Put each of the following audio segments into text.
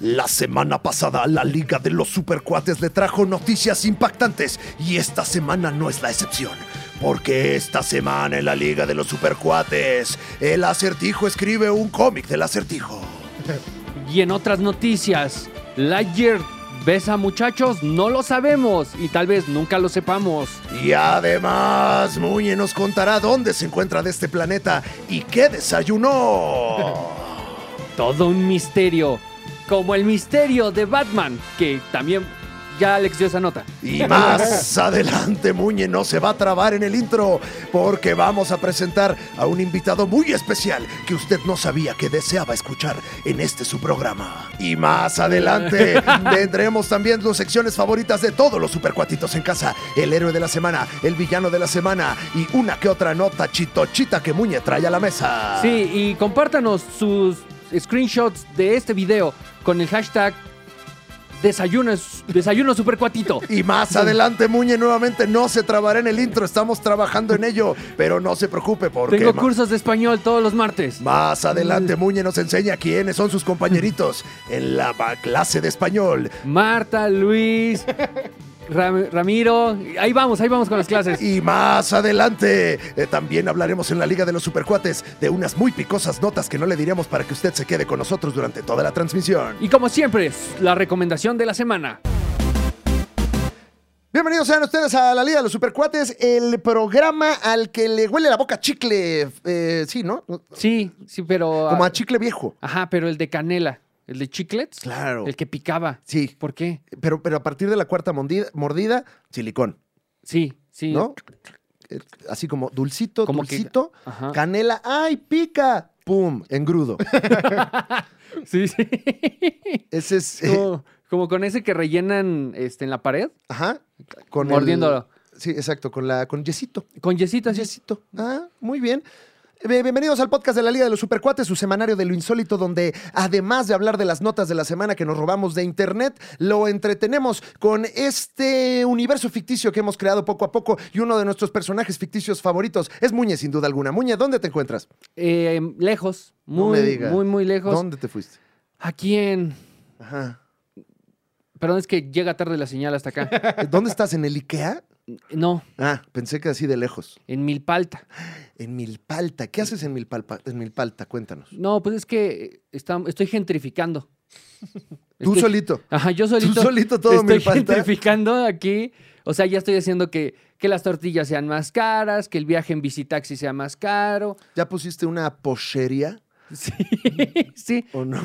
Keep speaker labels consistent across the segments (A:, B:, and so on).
A: La semana pasada la Liga de los Supercuates le trajo noticias impactantes y esta semana no es la excepción. Porque esta semana en la Liga de los Supercuates, el acertijo escribe un cómic del acertijo.
B: Y en otras noticias, Lightyear besa muchachos, no lo sabemos y tal vez nunca lo sepamos.
A: Y además, Muñe nos contará dónde se encuentra de este planeta y qué desayunó.
B: Todo un misterio, como el misterio de Batman, que también ya Alex dio esa nota.
A: Y más adelante, Muñe no se va a trabar en el intro, porque vamos a presentar a un invitado muy especial que usted no sabía que deseaba escuchar en este su programa. Y más adelante, tendremos también tus secciones favoritas de todos los supercuatitos en casa: el héroe de la semana, el villano de la semana y una que otra nota chitochita que Muñe trae a la mesa.
B: Sí, y compártanos sus screenshots de este video con el hashtag Desayuno, desayuno supercuatito.
A: Y más adelante, Muñe, nuevamente no se trabará en el intro, estamos trabajando en ello, pero no se preocupe porque...
B: Tengo
A: ma-
B: cursos de español todos los martes.
A: Más
C: Mm.
A: adelante, Muñe nos enseña quiénes son sus compañeritos en la ba- clase de español.
B: Marta, Luis, Ram- Ramiro. Ahí vamos, ahí vamos con las clases.
A: Y más adelante, eh, también hablaremos en la Liga de los Supercuates de unas muy picosas notas que no le diremos para que usted se quede con nosotros durante toda la transmisión.
B: Y como siempre, la recomendación de la semana.
C: Bienvenidos sean ustedes a la Liga de los Supercuates, el programa al que le huele la boca a chicle. eh, sí, ¿no?
B: Sí, sí, pero.
C: Como
B: ah,
C: a chicle viejo.
B: Ajá, pero el de canela. ¿El de chiclets?
C: Claro.
B: El que picaba.
C: Sí.
B: ¿Por qué?
C: Pero, pero a partir de la cuarta mordida, mordida silicón,
B: Sí, sí.
C: ¿no? Eh, Así como dulcito,
B: Como que-
C: dulcito,
B: Ajá.
C: canela, ¡ay, pica! ¡Pum! Engrudo.
B: Sí, sí.
C: Ese es. eh,
B: como, como con ese que rellenan este, en la pared.
C: ajá. Con el-
B: mordiéndolo.
C: sí, exacto, con la con yesito.
B: Con yesito así.
C: Yesito. Ah, muy bien. Eh, Bienvenidos al podcast de la Liga de los Supercuates, su semanario de lo insólito, donde además de hablar de las notas de la semana que nos robamos de internet, lo entretenemos con este universo ficticio que hemos creado poco a poco y uno de nuestros personajes ficticios favoritos es Muñe, sin duda alguna. Muñe, ¿dónde te encuentras?
B: Eh, lejos.
C: No
B: Muy,
C: me diga.
B: muy, muy lejos.
C: ¿Dónde te fuiste?
B: Aquí en.
C: Ajá.
B: Perdón, es que llega tarde la señal hasta acá.
C: ¿Dónde estás? ¿En el IKEA?
B: No,
C: Ah, pensé que así de lejos.
B: en Milpalta.
C: En Milpalta.
B: Mm.
C: ¿Qué haces en Milpalpa? En Milpalta, cuéntanos.
B: No, pues es que está- estoy gentrificando.
C: Tú
B: Estoy-
C: solito.
B: Ajá, yo solito.
C: solito todo
B: Estoy
C: Milpalta.
B: gentrificando aquí. O sea, ya estoy haciendo que, que las tortillas sean más caras, que el viaje en visitaxi sea más caro.
C: ¿Ya pusiste una pochería
B: Sí, sí.
C: o no?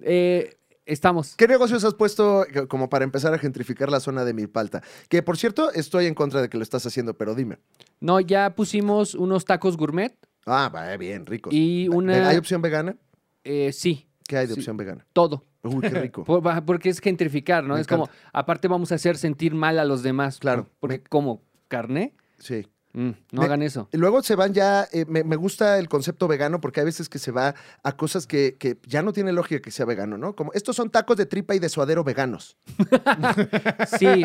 B: Eh, estamos.
C: ¿Qué negocios has puesto eh, como para empezar a gentrificar la zona de Milpalta? Que por cierto, estoy en contra de que lo estás haciendo, pero dime.
B: No, ya pusimos unos tacos gourmet
C: Ah, va bien, rico.
B: y una...
C: ¿Hay opción vegana?
B: eh, sí,
C: ¿Qué hay de
B: Sí.
C: opción vegana?
B: todo.
C: Uy, qué rico.
B: Por- va- porque es gentrificar, ¿no?
C: Me
B: es como, aparte vamos a hacer sentir mal a los demás.
C: Claro.
B: Porque como carne,
C: Sí.
B: mm, no
C: Me-
B: hagan eso.
C: Y Luego se van ya, eh, me, me gusta el concepto vegano porque hay veces que se va a cosas que, que ya no tiene lógica que sea vegano, ¿no? Como estos son tacos de tripa y de suadero veganos.
B: Sí,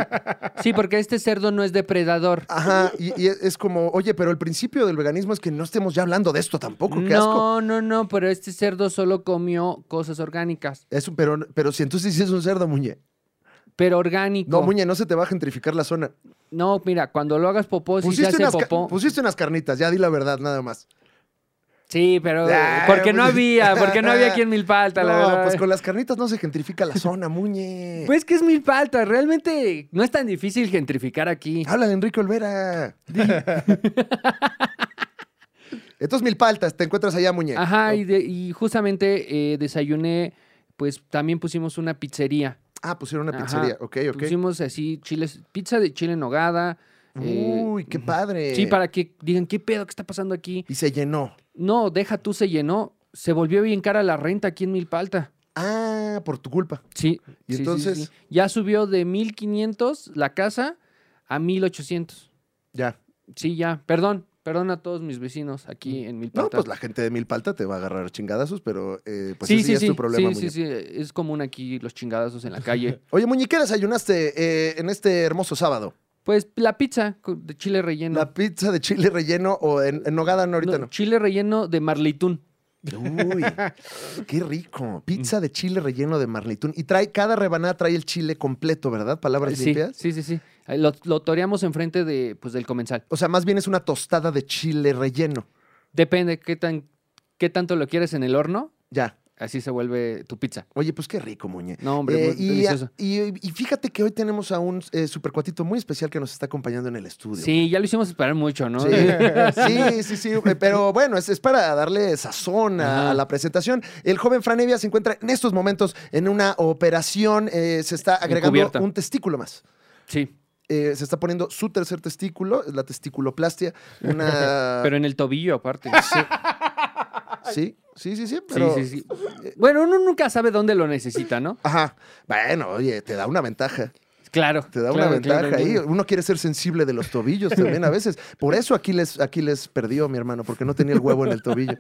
B: sí, porque este cerdo no es depredador.
C: Ajá, y, y es como, oye, pero el principio del veganismo es que no estemos ya hablando de esto tampoco, qué asco.
B: No, no, no, pero este cerdo solo comió cosas orgánicas.
C: Eso, pero, pero si entonces sí es un cerdo, Muñe.
B: Pero orgánico.
C: No, Muñe, no se te va a gentrificar la zona.
B: No, mira, cuando lo hagas popó, sí Pues se
C: Pusiste
B: hace
C: unas, ca-
B: popó.
C: pusiste unas carnitas, ya di la verdad, nada más.
B: Sí, pero eh,
C: Ah,
B: porque no
C: pues-
B: había, porque no había aquí en Milpalta, la
C: No,
B: verdad.
C: pues
B: Pues,
C: con las carnitas no se gentrifica la zona, Muñe.
B: que es Milpalta, realmente no es tan difícil gentrificar aquí.
C: Habla de Enrique Olvera. Entonces, mil paltas, te encuentras allá, Muñe.
B: Ajá, y, de- y justamente eh, desayuné, pues también pusimos una pizzería.
C: Ah, pusieron una
B: Ajá.
C: pizzería. Ok, ok.
B: Pusimos así chiles, pizza de chile en nogada. eh,
C: Uy, qué padre.
B: Sí, para que digan, ¿qué pedo que está pasando aquí?
C: Y se llenó.
B: No, deja tú, se llenó. Se volvió bien cara la renta aquí en Milpalta.
C: Ah, por tu culpa.
B: Sí.
C: ¿Y
B: sí, sí,
C: entonces?
B: sí. Ya subió de 1500 la casa a 1800.
C: Ya.
B: Sí, ya. Perdón, perdón a todos mis vecinos aquí en Milpalta.
C: No, pues la gente de Milpalta te va a agarrar a chingadazos, pero eh, pues
B: sí,
C: ese
B: sí,
C: ya
B: sí.
C: es tu problema,
B: sí,
C: Muñe.
B: sí, sí. Es común aquí los chingadazos en la calle.
C: Oye, Muñe, ¿qué desayunaste eh, en este hermoso sábado?
B: Pues la pizza co- de chile relleno.
C: ¿La pizza de chile relleno o en, en nogada? No, ahorita
B: No,
C: no.
B: Chile relleno de marlitún.
C: Uy, qué rico.
B: Mm.
C: Pizza de chile relleno de marlitún. Y trae, cada rebanada trae el chile completo, ¿verdad? Palabras
B: Sí,
C: limpias.
B: sí, sí, sí. Eh, Lo, lo toreamos enfrente de, pues, del comensal.
C: O sea, más bien es una tostada de chile relleno.
B: Depende qué, tan, qué tanto lo quieres en el horno,
C: Ya.
B: así se vuelve tu pizza.
C: Oye, pues qué rico, Muñe.
B: No, hombre,
C: Eh,
B: muy
C: y,
B: delicioso.
C: y- y fíjate que hoy tenemos a un eh, supercuatito muy especial que nos está acompañando en el estudio.
B: Sí, ya lo hicimos esperar mucho, ¿no?
C: Sí, sí, sí, sí, eh, pero bueno, es, es para darle sazón a,
B: Ajá.
C: a la presentación. El joven Fran Evia se encuentra en estos momentos en una operación, eh, se está agregando
B: Encubierta.
C: un testículo más.
B: Sí,
C: Eh, se está poniendo su tercer testículo, es la testiculoplastia, una...
B: pero en el tobillo aparte.
C: Sí, sí, sí, sí, pero...
B: Sí, sí, sí. Bueno, uno nunca sabe dónde lo necesita, ¿no?
C: Ajá. Bueno, oye, te da una ventaja.
B: Claro.
C: Te da
B: claro,
C: una ventaja
B: claro,
C: ahí.
B: claro.
C: Uno quiere ser sensible de los tobillos también a veces. Por eso aquí les, aquí les perdió, mi hermano, porque no tenía el huevo en el tobillo.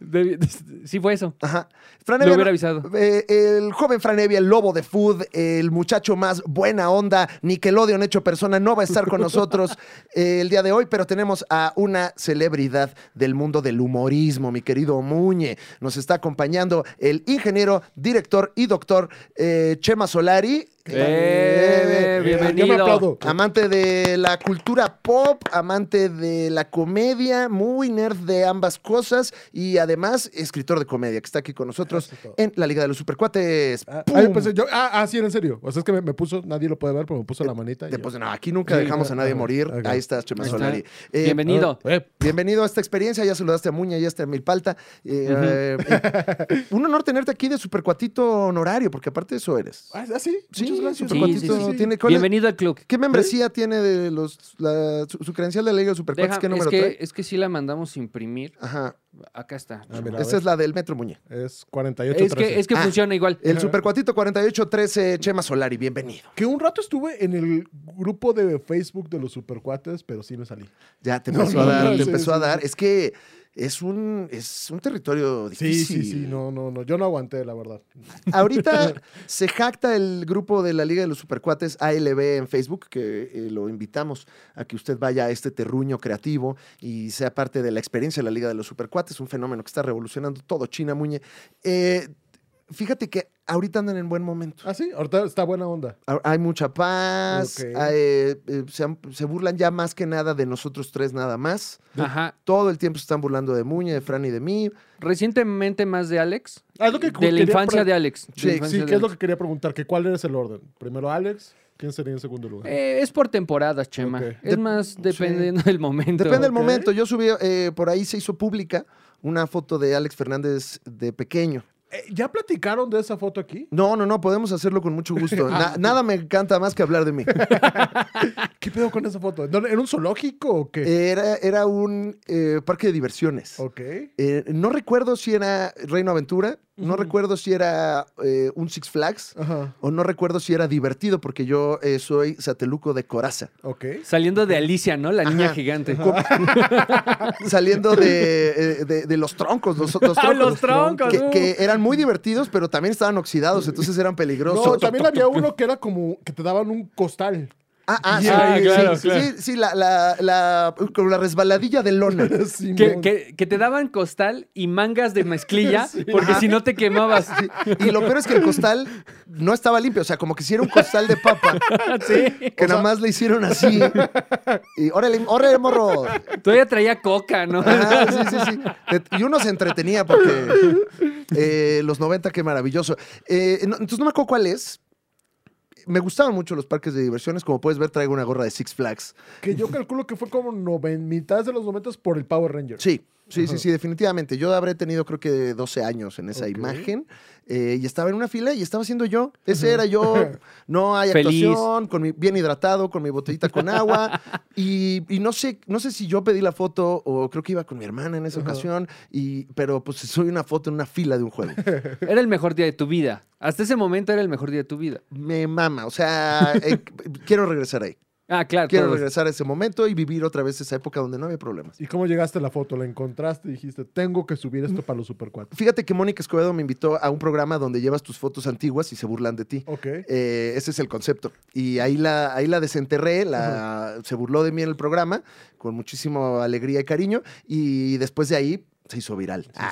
B: Debi- Sí fue eso.
C: Ajá. Fran
B: Lo
C: Evia,
B: hubiera avisado.
C: eh, el joven Franevia, el lobo de Food, el muchacho más buena onda, Nickelodeon hecho persona, no va a estar con nosotros eh, el día de hoy, pero tenemos a una celebridad del mundo del humorismo, mi querido Muñe. Nos está acompañando el ingeniero, director y doctor eh, Chema Solari.
B: Eh,
C: Eh,
B: bienvenido.
D: yo me aplaudo.
C: Amante de la cultura pop, amante de la comedia, muy nerd de ambas cosas y además escritor de comedia que está aquí con nosotros en la Liga de los Supercuates.
D: Ah,
C: ¡Pum!
D: ah, yo pensé- yo- ah, ah, sí, era en serio. O sea, es que me, me puso, nadie lo puede ver, pero me puso la manita. y
C: Te
D: yo-
C: puse- no, aquí nunca
D: Sí,
C: dejamos a nadie
D: ah,
C: morir.
D: ok.
C: Ahí está Chema
B: Ahí está.
C: Solari. Eh,
B: Bienvenido.
D: Ah, eh,
C: Bienvenido a esta experiencia. Ya saludaste a Muña, ya está a Milpalta. Eh, eh, un honor tenerte aquí de Supercuatito honorario, porque aparte de eso eres.
D: ah, ah, sí,
C: Sí,
D: muchas gracias.
B: sí, sí,
C: Supercuatito
B: sí.
C: tiene- ¿cuál es-
B: Bienvenido al club.
C: ¿Qué membresía tiene de los la- su, su credencial de la Liga de Supercuates?
B: Deja-
C: ¿Qué
B: es,
C: número
B: que,
C: trae?
B: es que sí la mandamos imprimir.
C: Ajá.
B: Acá está.
D: Ah, mira, a
C: Esa
D: ver,
C: es la del Metro Muñe.
D: es 48
B: Es que, es que
C: Ah.
B: funciona igual.
C: El Supercuatito 4813, Chema Solari, bienvenido.
D: Que un rato estuve en el grupo de Facebook de los supercuates, pero sí me salí.
C: Ya te
D: No,
C: empezó
D: no,
C: a dar,
D: no,
C: te
D: sí,
C: empezó a
D: sí,
C: dar. Es que es un, es un territorio
D: Sí,
C: difícil.
D: sí, sí, no, no, no. Yo no aguanté, la verdad.
C: Ahorita se jacta el grupo de la Liga de los Supercuates ALB en Facebook, que eh, lo invitamos a que usted vaya a este terruño creativo y sea parte de la experiencia de la Liga de los Supercuates, un fenómeno que está revolucionando todo China, Muñe. Eh, fíjate que ahorita andan en buen momento.
D: Ah, sí, ahorita está buena onda.
C: Ha- Hay mucha paz,
D: Ok.
C: hay, eh, eh, se, han- se burlan ya más que nada de nosotros tres nada más.
B: Ajá.
C: Todo el tiempo se están burlando de Muñe, de Fran y de mí.
B: Recientemente más de Alex.
D: Ah, es lo que
B: De la
D: quería
B: infancia
D: pre-
B: de Alex. de la
D: Sí,
B: infancia
D: sí,
B: de
D: que es lo
B: Alex.
D: que quería preguntar, que cuál es el orden. Primero Alex, ¿quién sería en segundo lugar?
B: Eh, es por temporadas, Chema.
D: Ok.
B: Es más dependiendo del momento.
C: Depende del
D: Ok.
C: momento. Yo subí, eh, por ahí se hizo pública una foto de Alex Fernández de pequeño.
D: Eh, ¿Ya platicaron de esa foto aquí?
C: No, no, no, podemos hacerlo con mucho gusto.
D: Ah.
C: Na- nada me encanta más que hablar de mí.
D: ¿Qué pedo con esa foto? ¿No- ¿Era un zoológico o qué?
C: Era, era un eh, parque de diversiones.
D: ok.
C: Eh, no recuerdo si era Reino Aventura, no
D: Ujú.
C: recuerdo si era eh, un Six Flags,
D: Ajá.
C: o no recuerdo si era divertido, porque yo eh, soy sateluco de coraza.
D: Ok.
B: Saliendo de Alicia, ¿no? La niña
C: Ajá.
B: gigante.
C: saliendo de, eh, de- de los troncos, los, los
B: ¡Ah,
C: troncos,
B: los troncos!
C: que,
B: uh!
C: que eran muy divertidos, pero también estaban oxidados, entonces eran peligrosos.
D: No, también había uno que era como que te daban un costal.
C: Ah, ah, sí,
B: Ah,
C: sí,
B: claro,
C: sí,
B: claro.
C: sí, sí, la, la, la- con la resbaladilla de lona.
D: Sí,
B: Que,
D: mon.
B: que- que te daban costal y mangas de mezclilla porque
C: Ajá.
B: si no te quemabas.
C: Sí, Y lo peor es que el costal no estaba limpio, o sea, como que si era un costal de papa,
B: Sí.
C: que nada más le hicieron así. Y órale, órale, morro.
B: Todavía traía coca, ¿no?
C: Ajá, Ah, sí, sí, sí. Et- Y uno se entretenía porque eh, los 90, qué maravilloso. Eh, no- entonces no me acuerdo cuál es. Me gustaban mucho los parques de diversiones. Como puedes ver, traigo una gorra de Six Flags.
D: Que yo calculo que fue como noven, mitad de los momentos por el Power Ranger.
C: Sí, sí, sí, sí, definitivamente. Yo habré tenido creo que 12 años en esa
D: Ok.
C: imagen. eh, y estaba en una fila y estaba siendo yo. Ese era yo. No hay
B: Feliz.
C: actuación, con mi, bien hidratado, con mi botellita con agua. y y no, sé, no sé si yo pedí la foto o creo que iba con mi hermana en esa ocasión. Y, pero pues soy una foto en una fila de un juego.
B: Era el mejor día de tu vida. Hasta ese momento era el mejor día de tu vida.
C: Me mama. O sea, eh, quiero regresar ahí.
B: Ah, claro.
C: Quiero
B: todos.
C: regresar a ese momento y vivir otra vez esa época donde no había problemas.
D: ¿Y cómo llegaste a la foto? ¿La encontraste y dijiste, tengo que subir esto para los Super 4?
C: Fíjate que Mónica Escobedo me invitó a un programa donde llevas tus fotos antiguas y se burlan de ti.
D: Ok.
C: Eh, ese es el concepto. Y ahí la, ahí la desenterré, la, se burló de mí en el programa con muchísima alegría y cariño. Y después de ahí
A: se hizo viral. Ah.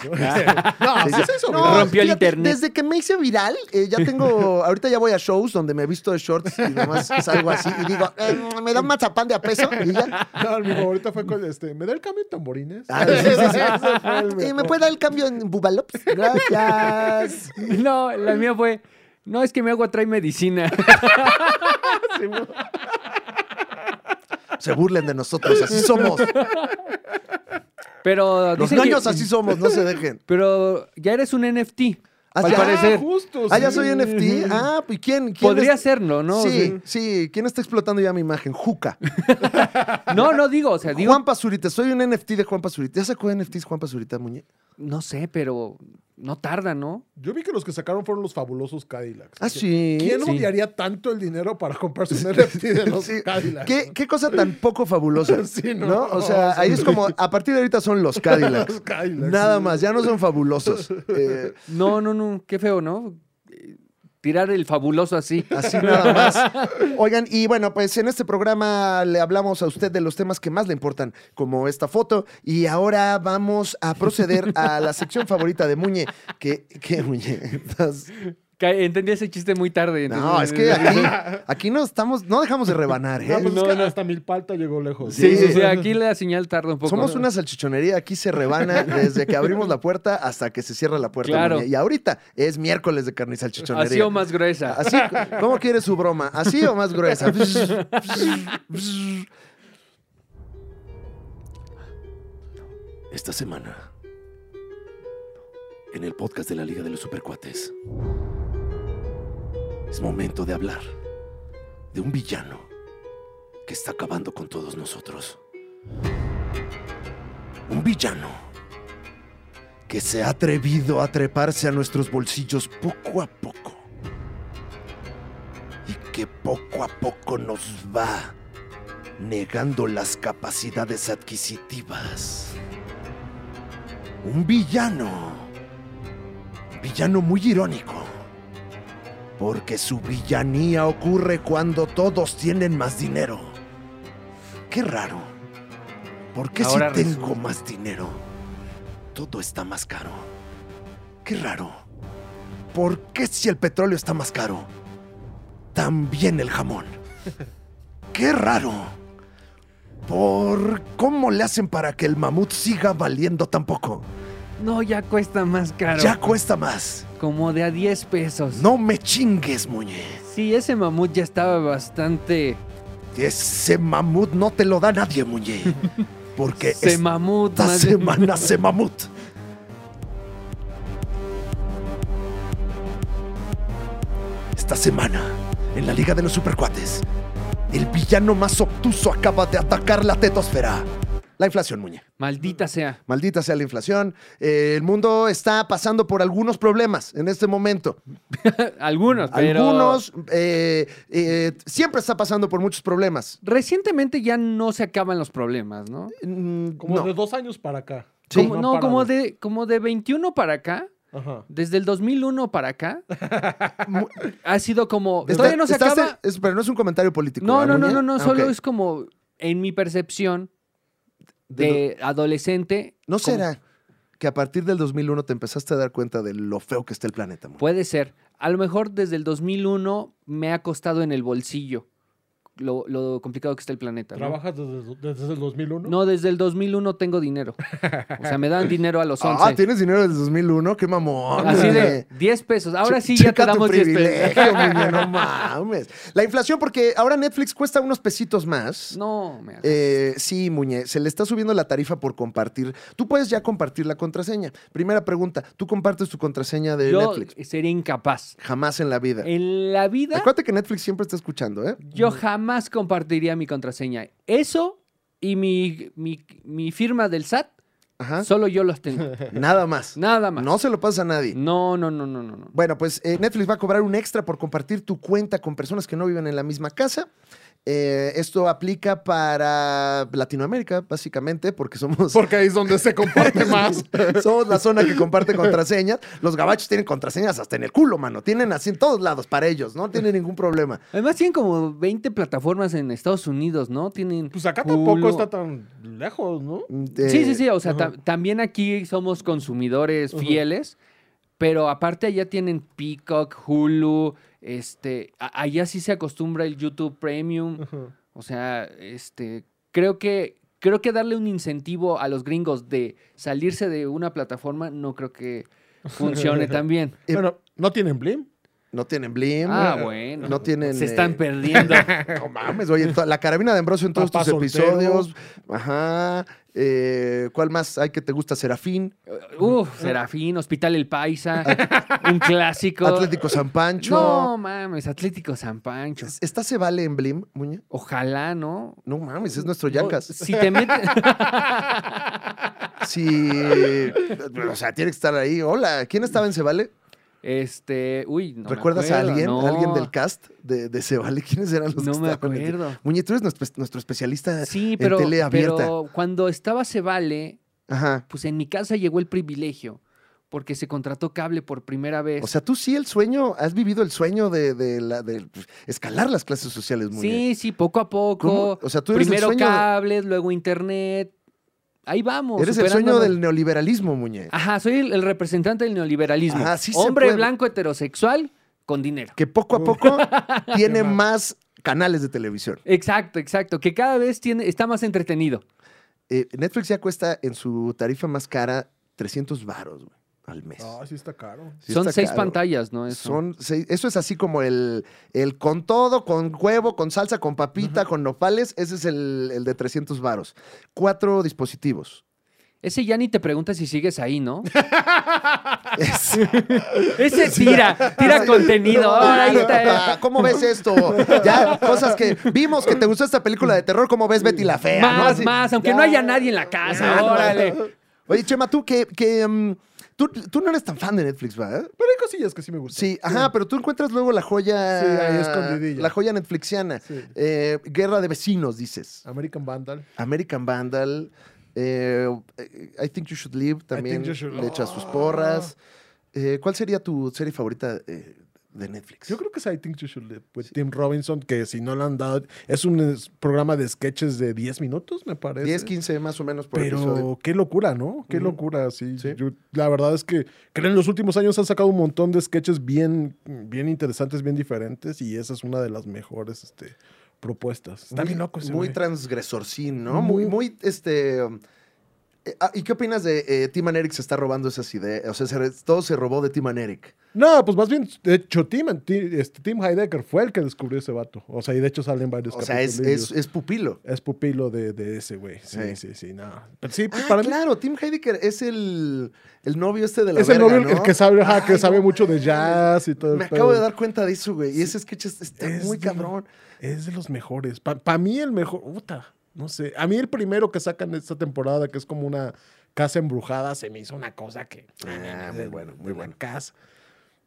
D: no,
A: Sí,
D: sí
A: sí.
D: se hizo,
C: No,
D: ¿verdad?
B: Rompió el
C: fíjate,
B: internet.
C: Desde que me hice viral, eh, ya tengo. ahorita ya voy a shows donde me visto de shorts y nomás salgo así y digo, "Eh, me da un mazapán de a peso y ya.
D: No, mi favorita fue con este. ¿Me da el cambio en tamborines?
C: Ah, sí, sí, sí.
D: Ese fue el
C: Eh, ¿Me
D: mejor.
C: puede dar el cambio en Bubalops? Gracias.
B: No, la mía fue. No, es que mi agua trae medicina.
A: Se burlen de nosotros, así somos.
B: Pero.
A: Los
B: dicen que-
A: niños así somos, no se dejen.
B: Pero ya eres un NFT.
C: Ah,
B: al
C: ya.
B: parecer.
D: justo.
C: Ah, ya
D: sí.
C: soy NFT. Ah, pues ¿quién? quién
B: Podría
C: es-
B: serlo, ¿no? O
C: Sí, sí. ¿Quién está explotando ya mi imagen? Juca.
B: sea, no, no digo. O sea, digo.
C: Juan Pazurita. Soy un NFT de Juan Pazurita. ¿Ya sacó NFTs Juan Pazurita, Muñe?
B: No sé, pero no tarda, ¿no?
D: Yo vi que los que sacaron fueron los fabulosos Cadillacs.
C: Ah, sí.
D: ¿Quién
B: Sí.
D: odiaría tanto el dinero para comprarse un NFT de los
C: Sí.
D: Cadillacs?
C: ¿Qué, qué cosa tan poco fabulosa.
D: Sí,
C: ¿no?
D: no.
C: O sea, ahí es como, a partir de ahorita son los Cadillacs.
D: Los Cadillacs,
C: Nada
D: sí.
C: más, ya no son fabulosos. Eh,
B: No, no, no. Qué feo, ¿no? Eh, Tirar el fabuloso así.
C: así nada más. Oigan, y bueno, pues en este programa le hablamos a usted de los temas que más le importan, como esta foto. Y ahora vamos a proceder a la sección favorita de Muñe. que qué Muñe? Estás-
B: Ca- Entendí ese chiste muy tarde. eh,
C: No, es que aquí, aquí no estamos, no dejamos de rebanar,
D: No,
C: ¿eh?
D: pues es que
B: No, no.
D: hasta Milpalta llegó lejos.
B: Sí, sí,
C: Sí.
B: sí, aquí la señal tarda un poco.
C: Somos una salchichonería, aquí se rebana desde que abrimos la puerta hasta que se cierra la puerta.
B: Claro.
C: Muñe. Y ahorita es miércoles de carne y salchichonería.
B: Así o más gruesa.
C: Así, ¿Cómo quiere su broma? ¿Así o más gruesa?
A: Esta semana, en el podcast de la Liga de los Supercuates, es momento de hablar de un villano que está acabando con todos nosotros.
C: Un villano que se ha atrevido a treparse a nuestros bolsillos poco a poco.
A: y que poco a poco nos va negando las capacidades adquisitivas. Un villano, un villano muy irónico, porque su villanía ocurre cuando todos tienen más dinero. Qué raro, porque
B: Ahora
A: si tengo más dinero, todo está más caro. Qué raro, porque si el petróleo está más caro, también el jamón. Qué raro. Por cómo le hacen para que el mamut siga valiendo tan poco.
B: No, ya cuesta más caro.
A: Ya cuesta más.
B: Como de a 10 pesos.
A: No me chingues, muñe.
B: Sí, ese mamut ya estaba bastante.
A: Ese mamut no te lo da nadie, muñe.
C: E,
A: Porque
B: Se
A: esta
B: mamut. más bien.
A: semana se mamut. Esta semana, en la Liga de los Supercuates, el villano más obtuso acaba de atacar la tetosfera. La inflación, muñe.
B: Maldita sea.
C: Maldita sea la inflación. Eh, el mundo está pasando por algunos problemas en este momento.
B: Algunos, pero.
C: Algunos, eh, eh, siempre está pasando por muchos problemas.
B: Recientemente ya no se acaban los problemas, ¿no?
C: Mm,
D: Como
C: no.
D: de dos años para acá.
C: Sí.
B: Como- no,
D: para
B: como
D: dos.
B: de, como de 21 para acá.
D: Ajá.
B: Desde el 2001 para acá. ha sido como. todavía no se
C: Estás-
B: acaba.
C: es- pero no es un comentario político.
B: No,
C: ¿verdad,
B: no, no,
C: Muñe?
B: no, no.
C: Ah,
B: Solo
C: ok.
B: es como. En mi percepción
C: De-
B: de adolescente.
C: ¿No
B: como-
C: será que a partir del 2001 te empezaste a dar cuenta de lo feo que está el planeta? Muñe?
B: Puede ser. A lo mejor desde el 2001 me ha costado en el bolsillo lo, lo complicado que está el planeta. ¿no?
D: ¿Trabajas desde, desde el 2001?
B: No, desde el 2001 tengo dinero. O sea, me dan dinero a los 11.
C: Ah, ¿tienes dinero desde 2001? ¡Qué mamón!
B: Pues, Así de
C: Muñe.
B: 10 pesos. Ahora
C: Che-
B: sí ya te
C: checa tu
B: damos 10 pesos.
C: privilegio, Muñe, no mames. La inflación, porque ahora Netflix cuesta unos pesitos más.
B: No, me hagas.
C: Eh, sí, Muñe, se le está subiendo la tarifa por compartir. Tú puedes ya compartir la contraseña. Primera pregunta, ¿tú compartes tu contraseña de
B: Yo
C: Netflix?
B: sería incapaz.
C: Jamás en la vida.
B: En la vida,
C: Acuérdate que Netflix siempre está escuchando, ¿eh?
B: yo jamás compartiría mi contraseña. Eso y mi, mi- mi firma del SAT,
C: Ajá.
B: solo yo los tengo.
C: Nada más.
B: Nada más.
C: Ah. No se lo pasa a nadie.
B: No, no, no, no, no. no.
C: Bueno, pues eh, Netflix va a cobrar un extra por compartir tu cuenta con personas que no viven en la misma casa. Eh, esto aplica para Latinoamérica, básicamente, porque somos,
D: Porque ahí es donde se comparte más.
C: somos la zona que comparte contraseñas. Los gabachos tienen contraseñas hasta en el culo, mano. Tienen así en todos lados para ellos, no tienen ningún problema.
B: Además tienen como 20 plataformas en Estados Unidos, ¿no? Tienen
D: Pues acá
B: Hulu.
D: tampoco está tan lejos, ¿no?
C: Eh,
B: Sí, sí, sí. O sea, ta- también aquí somos consumidores fieles, pero aparte allá tienen Peacock, Hulu, este, a- allá sí se acostumbra el YouTube Premium.
D: Ajá.
B: O sea, este, creo que creo que darle un incentivo a los gringos de salirse de una plataforma no creo que funcione tan bien.
C: Eh,
D: Bueno, ¿no tienen Blim?
C: No tienen Blim.
B: Ah,
C: eh,
B: bueno.
C: No tienen.
B: Se están
C: eh,
B: perdiendo.
C: No mames, oye, to- la carabina de Ambrosio en todos
D: Papá
C: tus
D: soltero.
C: episodios. Ajá. eh, ¿Cuál más hay que te gusta? Serafín,
B: Uf, Serafín, Hospital El Paisa, un clásico.
C: Atlético San Pancho.
B: No mames, Atlético San Pancho.
C: Es- ¿Esta se vale en Blim, Muñe?
B: Ojalá, ¿no?
C: No mames, es nuestro
B: No,
C: Yankas.
B: si te metes.
C: Sí. O sea, tiene que estar ahí. Hola, ¿quién estaba en Se Vale?
B: Este. Uy, no. me
C: ¿Recuerdas a
B: acuerdo,
C: alguien?
B: no.
C: ¿Alguien del cast de, de Se Vale? ¿Quiénes eran los
B: No
C: que
B: me
C: estaban en-
B: acuerdo.
C: Muñe, tú eres nuestro, nuestro especialista
B: Sí,
C: en
B: pero,
C: tele abierta.
B: pero cuando estaba Se Vale,
C: Ajá.
B: pues en mi casa llegó el privilegio, porque se contrató cable por primera vez.
C: O sea, tú sí el sueño, has vivido el sueño de, de la, de pues, escalar las clases sociales, Muñe.
B: sí, sí, poco a
C: ¿Cómo?
B: poco.
C: O sea, tú eres
B: Primero
C: el sueño,
B: cables, luego internet. Ahí vamos.
C: eres el sueño
B: superándonos.
C: del neoliberalismo, Muñe.
B: Ajá, soy el, el representante del neoliberalismo.
C: Ajá, sí se
B: Hombre
C: puede.
B: blanco heterosexual con dinero.
C: Que poco a poco tiene
D: Qué mal.
C: más canales de televisión.
B: Exacto, exacto. Que cada vez tiene, está más entretenido.
C: Eh, Netflix ya cuesta en su tarifa más cara 300 varos güey, al mes.
D: Ah, sí está caro.
C: Sí
B: Son
C: está
B: seis
C: caro.
B: pantallas, ¿no? Eso.
C: Son seis- eso es así como el, el con todo, con huevo, con salsa, con papita, con nopales. Ese es el, el de 300 varos. Cuatro dispositivos.
B: Ese ya ni te pregunta si sigues ahí, ¿no?
C: Es-
B: Ese tira, tira contenido. Ahora ahí está. eh.
C: Ah, ¿Cómo ves esto? Ya, cosas que vimos que te gustó esta película de terror, ¿cómo ves Betty la Fea? ¿no?
B: Más,
C: Así-
B: más, aunque no haya nadie en la casa.
C: Ya, no,
B: Ah, Órale.
C: Oye, Chema, tú que, que, mm, tú, tú no eres tan fan de Netflix, ¿verdad?
D: Pero hay cosillas que sí me gustan.
C: Sí, ajá, pero tú encuentras luego la joya.
D: Sí, ahí escondidilla.
C: La joya netflixiana.
D: Sí.
C: Eh, Guerra de vecinos, dices.
D: American Vandal.
C: American Vandal. eh, I think you should live también.
D: Think You Should- Oh.
C: Le echa sus porras. Eh, ¿Cuál sería tu serie favorita eh, de Netflix?
D: Yo creo que es I Think You Should Live with Tim Robinson, que si no lo han dado, es un es, programa de sketches de 10 minutos, me parece.
C: 10, 15 más o menos por
D: Pero
C: episodio.
D: qué locura, ¿no? Qué
C: Ujú.
D: locura, sí.
C: Sí.
D: Yo- la verdad es que, creo en los últimos años han sacado un montón de sketches bien, bien interesantes, bien diferentes, y esa es una de las mejores este, propuestas. Está
C: Muy-
D: bien loco ese
C: Muy
D: güey.
C: transgresorcín, ¿no? Muy, muy, este... um, eh, ah, ¿Y qué opinas de eh, Tim and Eric se está robando esas ideas? O sea, se re- todo se robó de Tim and Eric.
D: No, pues más bien, de hecho, Tim, Tim- este, Tim Heidecker fue el que descubrió ese vato. O sea, y de hecho salen varios
C: O sea, es, es,
D: capitulillos.
C: es pupilo.
D: Es pupilo de, de ese güey. Sí,
C: Sí.
D: sí, sí, no. Pero sí, pues
C: Ah,
D: para mí
C: claro, Tim Heidecker es el, el novio este de la
D: es el
C: verga,
D: novio el
C: ¿no?
D: que sabe, ajá, que
C: Ay,
D: sabe
C: no
D: mucho de
C: mames.
D: jazz y todo el
C: Me
D: pedo.
C: acabo de dar cuenta de eso, güey. Y ese sketch es- está
D: Es
C: muy
D: de-
C: cabrón.
D: Es de los mejores. Para mí el mejor... Puta, no sé. A mí el primero que sacan esta temporada, que es como una casa embrujada, se me hizo una cosa que...
C: Ah, muy bueno, muy
D: de la
C: bueno.
D: Casa.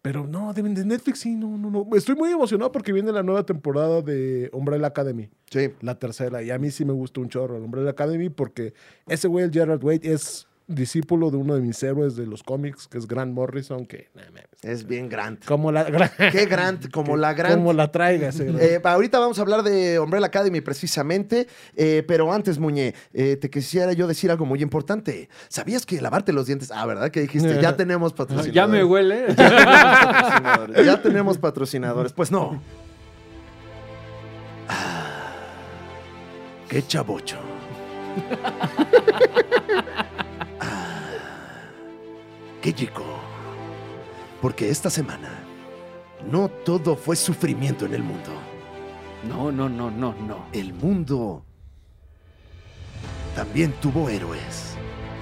D: Pero no, de, de Netflix sí, no, no, no. Estoy muy emocionado porque viene la nueva temporada de Umbrella Academy.
C: Sí.
D: La tercera. Y a mí sí me gusta un chorro el Umbrella Academy porque ese güey, el Gerard Wade, es discípulo de uno de mis héroes de los cómics, que es Grant Morrison, que... nah, mames,
C: Es bien Grant.
D: Como la...
C: Qué Grant, como la Grant.
D: Como la traiga ese. ¿no?
C: Eh, ahorita vamos a hablar de Umbrella Academy precisamente, eh, pero antes, Muñe, eh, te quisiera yo decir algo muy importante. ¿Sabías que lavarte los dientes? Ah, ¿verdad? Que dijiste, ya tenemos patrocinadores.
B: Ya me huele.
C: patrocinadores. Ya tenemos patrocinadores. Pues no. Ah, qué chabocho. Ah, qué chico. Porque esta semana no todo fue sufrimiento en el mundo.
B: No, no, no, no, no.
C: El mundo también tuvo héroes,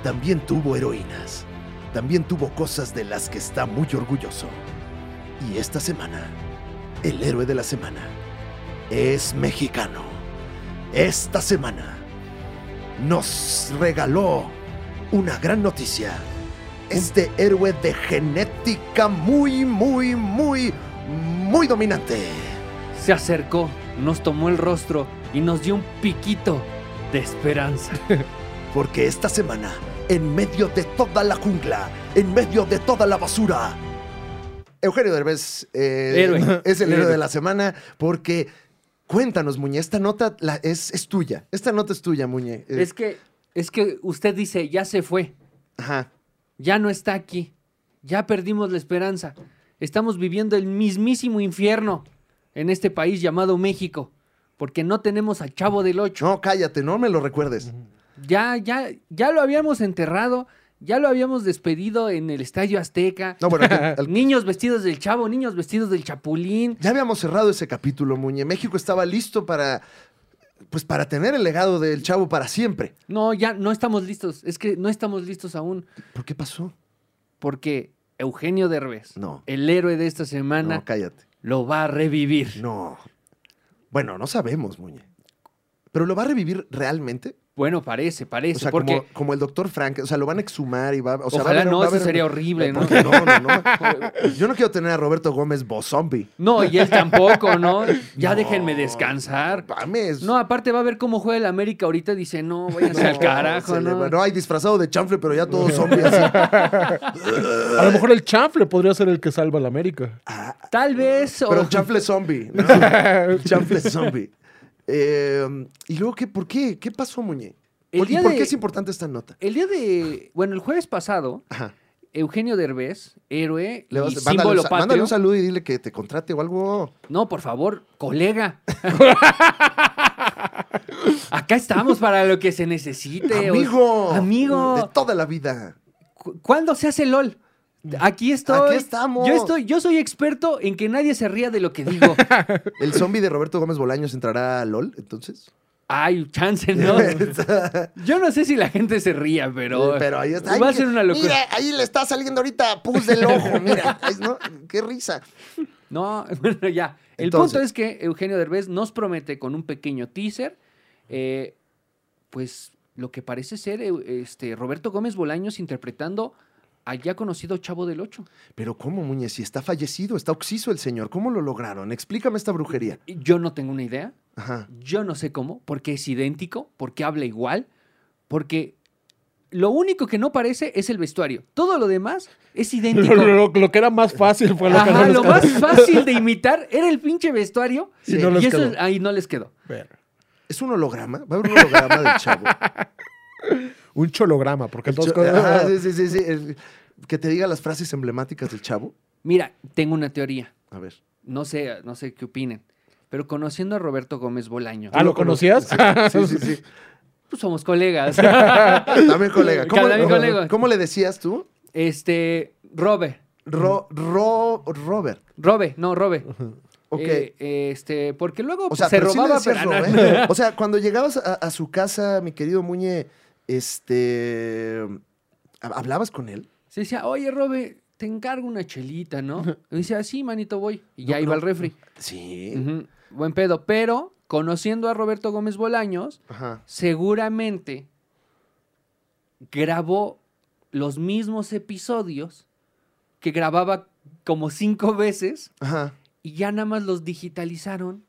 C: también tuvo heroínas, también tuvo cosas de las que está muy orgulloso. Y esta semana, el héroe de la semana es mexicano. Esta semana nos regaló una gran noticia. Este héroe de genética muy, muy, muy, muy dominante.
B: Se acercó nos tomó el rostro y nos dio un piquito de esperanza.
A: Porque esta semana, en medio de toda la jungla, en medio de toda la basura,
C: Eugenio Derbez eh,
B: Héroe.
C: es el héroe
B: Héroe.
C: de la semana porque cuéntanos, Muñe, esta nota la- es, es tuya. Esta nota es tuya, Muñe. Eh,
B: Es que, es que usted dice, ya se fue,
C: Ajá.
B: ya no está aquí, ya perdimos la esperanza. Estamos viviendo el mismísimo infierno en este país llamado México, porque no tenemos al Chavo del Ocho.
C: No, cállate, no me lo recuerdes.
B: Ya, ya, ya lo habíamos enterrado, ya lo habíamos despedido en el Estadio Azteca.
C: No, bueno, al- al-
B: Niños vestidos del Chavo, niños vestidos del Chapulín.
C: ya habíamos cerrado ese capítulo, Muñe. México estaba listo para, pues, para tener el legado del chavo para siempre.
B: No, ya no estamos listos. Es que no estamos listos aún.
C: ¿Por qué pasó?
B: Porque Eugenio Derbez,
C: No.
B: el héroe de esta semana,
C: No, cállate.
B: lo va a revivir.
C: No. Bueno, no sabemos, Muñe. ¿Pero lo va a revivir realmente?
B: Bueno, parece,
C: O
B: parece.
C: sea,
B: porque
C: como, como el doctor Frank. O sea, lo van a exhumar y va, o sea, va a
B: ojalá
C: haber-
B: no,
C: va a
B: eso
C: haber-
B: sería horrible, ¿no?
C: Porque No, no, no. Yo no quiero tener a Roberto Gómez Bozombi.
B: No, y él tampoco, ¿no? Ya déjenme descansar.
C: Mames.
B: No, aparte va a ver cómo juega el América ahorita. Dice, no, váyanse al carajo,
C: se le
B: ¿no?
C: va- No, hay disfrazado de chanfle, pero ya todo zombie así.
D: A lo mejor el chanfle podría ser el que salva a la América.
B: Tal vez. o-
C: Pero chanfle zombie. ¿no? El chanfle zombie. Eh, ¿Y luego qué? ¿Por qué? ¿Qué pasó, Muñe?
B: El
C: ¿Por, y
B: día
C: por
B: de-
C: qué es importante esta nota?
B: El día de. Bueno, el jueves pasado,
C: Ajá.
B: Eugenio Derbez, héroe
C: Le vas-
B: y
C: mándale, un,
B: símbolo
C: sa- mándale
B: patrio.
C: un saludo y dile que te contrate o algo.
B: No, por favor, colega. Acá estamos para lo que se necesite. Este, o-
C: amigo. De
B: Amigo.
C: toda la vida.
B: ¿Cu- ¿Cuándo se hace LOL? Aquí estoy.
C: Aquí estamos.
B: Yo estoy, yo soy experto en que nadie se ría de lo que digo.
C: ¿El zombie de Roberto Gómez Bolaños entrará a LOL entonces?
B: Ay, chance, ¿no? Yo no sé si la gente se ría, pero.
C: Eh, Pero ahí está.
B: Va a
C: Ay,
B: ser
C: que-
B: una locura.
C: Mira, ahí le está saliendo ahorita pus del ojo, mira. Ay, ¿no? Qué risa.
B: No, bueno, ya. El
C: Entonces.
B: punto es que Eugenio Derbez nos promete con un pequeño teaser, eh, pues lo que parece ser eh, este, Roberto Gómez Bolaños interpretando al ya conocido Chavo del Ocho.
C: Pero ¿cómo, Muñez? Si está fallecido, está oxiso el señor. ¿Cómo lo lograron? Explícame esta brujería.
B: Y Yo no tengo una idea,
C: Ajá.
B: yo no sé cómo, porque es idéntico, porque habla igual, porque lo único que no parece es el vestuario. Todo lo demás es idéntico.
D: Lo, lo- lo- lo que era más fácil fue lo que
B: Ajá,
D: no les
B: lo
D: quedó.
B: más fácil de imitar era el pinche vestuario
D: Y no les
B: y eso
D: quedó.
B: ahí no les quedó.
D: Ver.
C: ¿Es un holograma? Va a haber un holograma del chavo.
D: Un cholograma, porque
C: El
D: entonces.
C: cho- Ajá, ah, sí, sí, sí, sí. El- Que te diga las frases emblemáticas del chavo.
B: Mira, tengo una teoría.
C: A ver.
B: no sé, no sé qué opinen, pero conociendo a Roberto Gómez Bolaño,
D: ah, ¿lo conocías?
C: Sí, sí, sí. Ah,
B: pues somos colegas.
C: También colega. ¿Cómo,
B: También colega.
C: ¿Cómo le decías tú?
B: este, Robe,
C: Ro, ro, Robert.
B: Robe, no, Robe.
C: Ok.
B: Eh, este, porque luego
C: O sea,
B: se
C: pero sí le
B: robaba,
C: decías
B: pero-
C: Robert. O sea, cuando llegabas a, a su casa, mi querido Muñe, este. ¿hab- ¿Hablabas con él?
B: se decía, oye, Robe, te encargo una chelita, ¿no? Y dice, así, manito, voy. Y ya
C: No,
B: iba
C: no.
B: al refri.
C: Sí.
B: Ujú, Buen pedo. Pero, conociendo a Roberto Gómez Bolaños,
C: Ajá.
B: seguramente grabó los mismos episodios que grababa como cinco veces
C: Ajá.
B: y ya nada más los digitalizaron.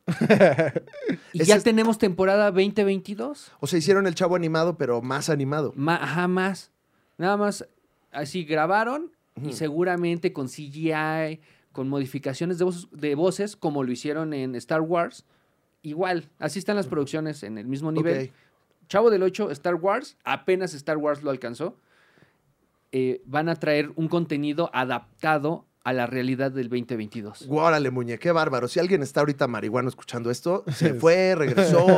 B: y
C: Ese
B: ya
C: es-
B: tenemos temporada 2022.
C: O sea, hicieron el chavo animado, pero más animado.
B: Ma- ajá, más. Nada más así grabaron y
C: Ujú.
B: seguramente con CGI, con modificaciones de, voces- de voces, como lo hicieron en Star Wars. Igual, así están las producciones en el mismo nivel.
C: Ok.
B: Chavo del 8, Star Wars, apenas Star Wars lo alcanzó. eh, van a traer un contenido adaptado a la realidad del 2022.
C: Órale, Muñe, qué bárbaro. Si alguien está ahorita marihuano escuchando esto, se fue, regresó,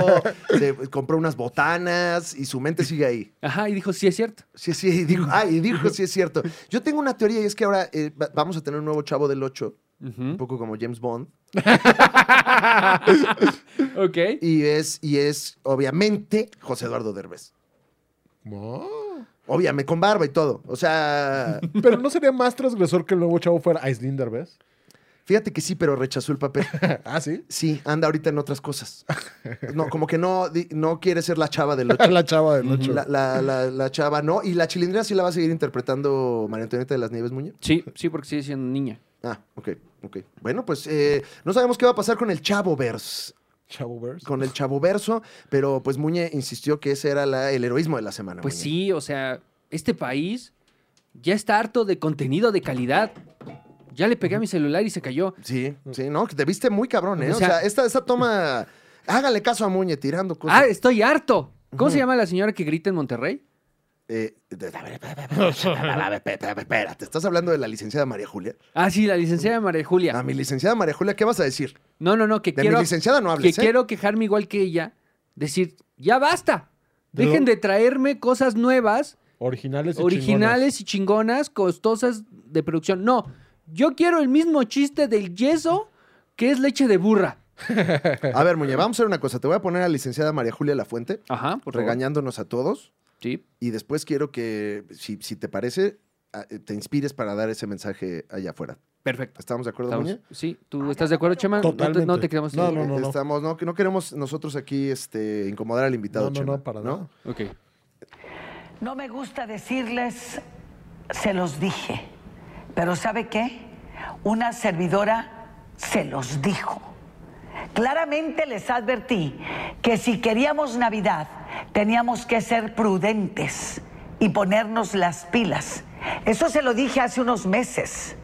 C: se compró unas botanas y su mente sigue ahí.
B: Ajá, y dijo, sí es cierto.
C: Sí, sí, y dijo, ah, y dijo, sí es cierto. Yo tengo una teoría y es que ahora eh, va- vamos a tener un nuevo chavo del 8, un
B: Ujú.
C: poco como James Bond.
B: Ok.
C: Y es, y es, obviamente, José Eduardo Derbez.
D: No.
C: Obviamente, con barba y todo. O sea,
D: "Oh". Pero no sería más transgresor que el nuevo chavo fuera Islander, ¿ves?
C: fíjate que sí, pero rechazó el papel.
D: Ah, sí.
C: Sí, anda ahorita en otras cosas. No, como que no, di- no quiere ser la chava del 8.
D: La chava del ocho.
C: La, la- la- la chava no. Y la chilindrina sí la va a seguir interpretando María Antonieta de las Nieves Muñoz.
B: Sí, sí, porque sigue siendo niña.
C: Ah, ok, ok. Bueno, pues eh, no sabemos qué va a pasar con el Chavo Verse.
D: Chavo Verse.
C: con el chavo verso, pero pues Muñe insistió que ese era la- el heroísmo de la semana.
B: Pues
C: Muñe.
B: sí, o sea, este país ya está harto de contenido de calidad. Ya le pegué a mi celular y se cayó.
C: Sí, sí, no, que te viste muy cabrón, ¿eh? O
B: O
C: sea,
B: sea-
C: esta, esta toma. Hágale caso a Muñe tirando cosas.
B: Ah, estoy harto. ¿Cómo se llama la señora que grita en Monterrey?
C: Eh, de- a ver, espérate, ¿estás hablando de la licenciada María Julia?
B: Ah, sí, la licenciada María
C: A
B: Julia.
C: Ah, mi licenciada María Julia, ¿qué vas a decir?
B: No, no, no, que
C: De
B: quiero
C: mi licenciada no
B: que
C: hables, ¿eh?
B: quiero quejarme igual que ella, decir, ya basta.
D: De
B: Dejen
D: lo-
B: de traerme cosas nuevas,
D: Originales y
B: originales y chingonas, costosas de producción. No, yo quiero el mismo chiste del yeso que es leche de burra.
C: ¿eh? A ver, Muñe, vamos a hacer una cosa. Te voy a poner a la licenciada María Julia La Fuente,
B: Ajá, por favor.
C: regañándonos a todos.
B: Sí.
C: Y después quiero que, si, si te parece, a- te inspires para dar ese mensaje allá afuera.
B: Perfecto.
C: ¿Estamos de acuerdo,
B: Estamos-
C: Muñe?
B: sí,
D: Ah,
B: ¿tú estás de acuerdo, Chema? No te-
D: Totalmente.
B: No te, queremos...
D: No, no, no.
C: Estamos, no, que no queremos nosotros aquí este, incomodar al invitado.
D: No, no,
C: Chema,
D: no, para nada.
B: Ok.
E: No me gusta decirles, se los dije, pero ¿sabe qué? Una servidora se los dijo. Claramente les advertí que si queríamos Navidad teníamos que ser prudentes y ponernos las pilas. Eso se lo dije hace unos meses.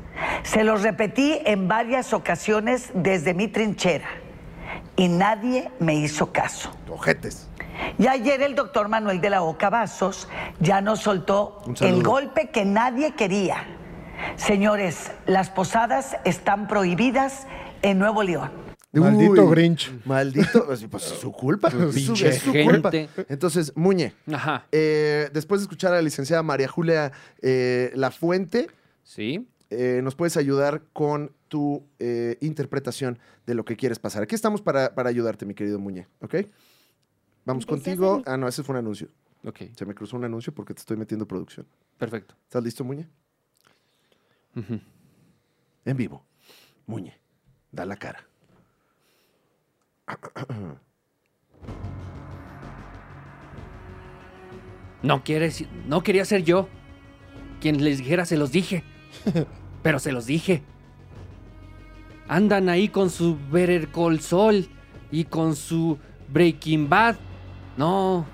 E: Se los repetí en varias ocasiones desde mi trinchera y nadie me hizo caso.
C: Ojetes.
E: Y ayer el doctor Manuel de la Oca Vasos ya nos soltó
C: Un saludo.
E: el golpe que nadie quería. Señores, las posadas están prohibidas en Nuevo León.
D: Maldito Grinch.
C: Maldito. Pues, pues, su culpa. es su,
B: Pinche
C: es su
B: gente.
C: culpa. Entonces, Muñe,
B: Ajá.
C: eh, después de escuchar a la licenciada María Julia eh, La Fuente,
B: Sí.
C: eh, nos puedes ayudar con tu eh, interpretación de lo que quieres pasar. Aquí estamos para, para ayudarte, mi querido Muñe, ¿ok? Vamos
F: Empecé a
C: contigo.
F: hacer
C: Ah, no, ese fue un anuncio.
B: Ok.
C: Se me cruzó un anuncio porque te estoy metiendo producción.
B: Perfecto.
C: ¿Estás listo, Muñe? En vivo. Muñe, da la cara.
B: No quieres... No quería ser yo. Quien les dijera se los dije. Pero se los dije. Andan ahí con su Better Call Saul y con su Breaking Bad. No.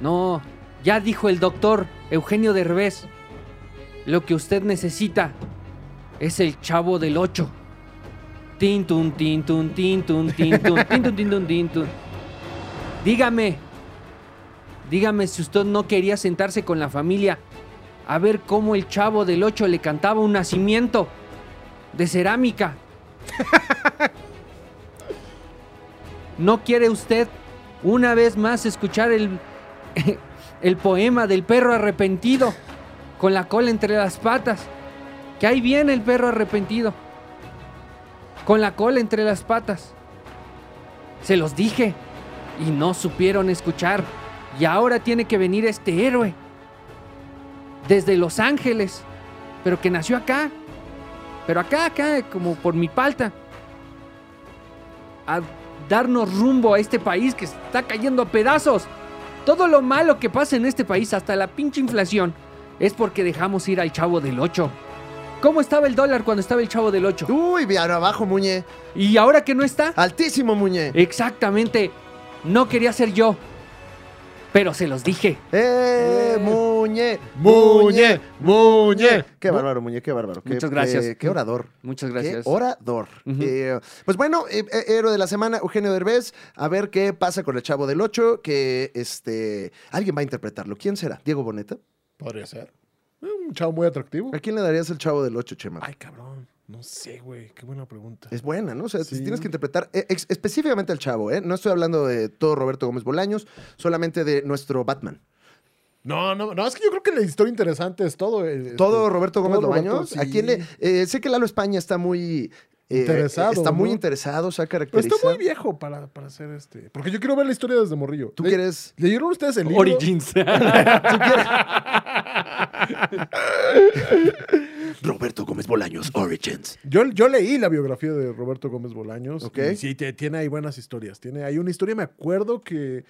B: No. Ya dijo el doctor Eugenio Derbez. Lo que usted necesita es el chavo del 8. Tin tun tin tun tin tun tin tun tin tun tin tun tin tun. Dígame. Dígame si usted no quería sentarse con la familia a ver cómo el chavo del 8 le cantaba un nacimiento de cerámica. ¿No quiere usted una vez más escuchar el, el poema del perro arrepentido con la cola entre las patas? Que ahí viene el perro arrepentido con la cola entre las patas. Se los dije y no supieron escuchar. Y ahora tiene que venir este héroe desde Los Ángeles, pero que nació acá. Pero acá, acá, como por mi palta. A darnos rumbo a este país que está cayendo a pedazos. Todo lo malo que pasa en este país, hasta la pinche inflación, es porque dejamos ir al chavo del 8. ¿Cómo estaba el dólar cuando estaba el chavo del 8?
C: Uy, bien abajo, Muñe.
B: Y ahora que no está,
C: Ah. Altísimo, Muñe.
B: exactamente, no quería ser yo. Pero se los dije.
C: ¡Eh, Muñe!
D: Muñe, Muñe.
C: Qué bárbaro, Muñe, qué bárbaro. Qué-
B: Muchas gracias.
C: Qué, qué orador.
B: Muchas gracias.
C: Qué orador.
B: Ujú.
C: Eh, pues bueno, eh, eh, héroe de la semana, Eugenio Derbez. A ver qué pasa con el Chavo del 8, que este, alguien va a interpretarlo. ¿Quién será? ¿Diego Boneta?
D: Podría ser. Eh, Un chavo muy atractivo.
C: ¿A quién le darías el Chavo del 8, Chema?
D: Ay, cabrón. No sé, güey. Qué buena pregunta.
C: Es buena, ¿no? O sea, si
D: Sí.
C: tienes que interpretar eh, ex- específicamente al Chavo, ¿eh? No estoy hablando de todo Roberto Gómez Bolaños, solamente de nuestro Batman.
D: No, no, no. Es que yo creo que la historia interesante es todo. eh, este,
C: Todo Roberto Gómez
D: todo Roberto,
C: Bolaños. ¿A
D: sí.
C: quién le...? eh, sé que Lalo España está muy... eh,
D: Interesado,
C: Está muy
D: ¿no?
C: interesado, se ha
D: Pero está
C: caracterizado.
D: muy viejo para, para hacer este. Porque yo quiero ver la historia desde morrillo.
C: ¿Tú
D: Le-
C: quieres-
D: ¿Leyeron ustedes el libro?
B: Origins.
A: Roberto Gómez Bolaños, Origins.
D: Yo, yo leí la biografía de Roberto Gómez Bolaños.
C: Ok.
D: Y sí, te- tiene ahí buenas historias. Tiene ahí una historia, me acuerdo que,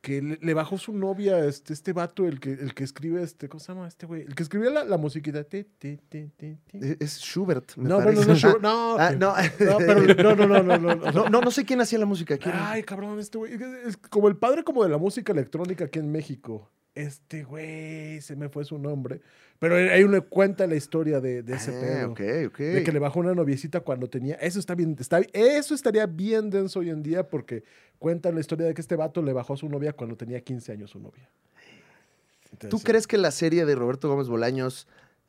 D: que le, le bajó su novia, este, este vato, el que, el que escribe, este, ¿cómo se llama este güey? El que escribía la, la musiquita. Ti, ti, ti, ti, ti.
C: Eh, Es Schubert, me
D: No,
C: parece.
D: bueno, no, Schubert, no,
C: Ah,
D: que-
C: no.
D: No, pero, no, no, no, no, no.
C: No, no, no sé quién hacía la música. ¿quién?
D: Ay, cabrón, este güey. Es, es como el padre como de la música electrónica aquí en México. Este güey, se me fue su nombre. Pero ahí uno cuenta la historia de, de ese
C: Ah,
D: pedo.
C: ok, ok.
D: De que le bajó una noviecita cuando tenía. Eso está bien. Está, eso estaría bien denso hoy en día porque cuentan la historia de que este vato le bajó a su novia cuando tenía 15 años su novia.
C: ¿Tú
D: Entonces,
C: crees que la serie de Roberto Gómez Bolaños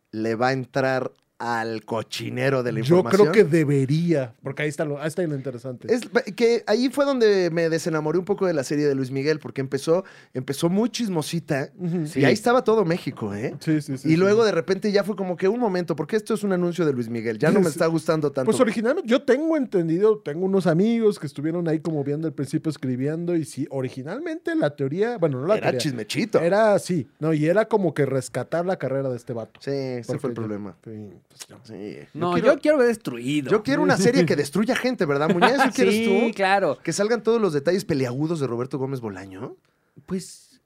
C: le va a entrar al cochinero de la
D: Yo
C: información?
D: creo que debería. Porque ahí está lo, ahí está lo interesante.
C: Es pa- que ahí fue donde me desenamoré un poco de la serie de Luis Miguel, porque empezó, empezó muy chismosita
D: Ujú.
C: y ahí estaba todo México, ¿eh?
D: Sí, sí, sí,
C: y
D: sí.
C: luego de repente ya fue como que un momento, porque esto es un anuncio de Luis Miguel, ya no me
D: Sí.
C: está gustando tanto.
D: Pues originalmente, yo tengo entendido, tengo unos amigos que estuvieron ahí como viendo al principio escribiendo y sí, originalmente la teoría, bueno, no la
C: Era
D: teoría.
C: chismechito.
D: Era así, no, y era como que rescatar la carrera de este vato.
C: Sí, ese fue el
D: Porque yo-
C: problema.
D: sí, pues, yo-
C: Sí.
B: No,
C: quiero-
B: yo quiero ver destruido. Ah,
C: Yo quiero una serie que destruya gente, ¿verdad, Muñez? ¿Eso quieres
B: sí,
C: tú?
B: claro.
C: Que salgan todos los detalles peliagudos de Roberto Gómez Bolaño.
B: Pues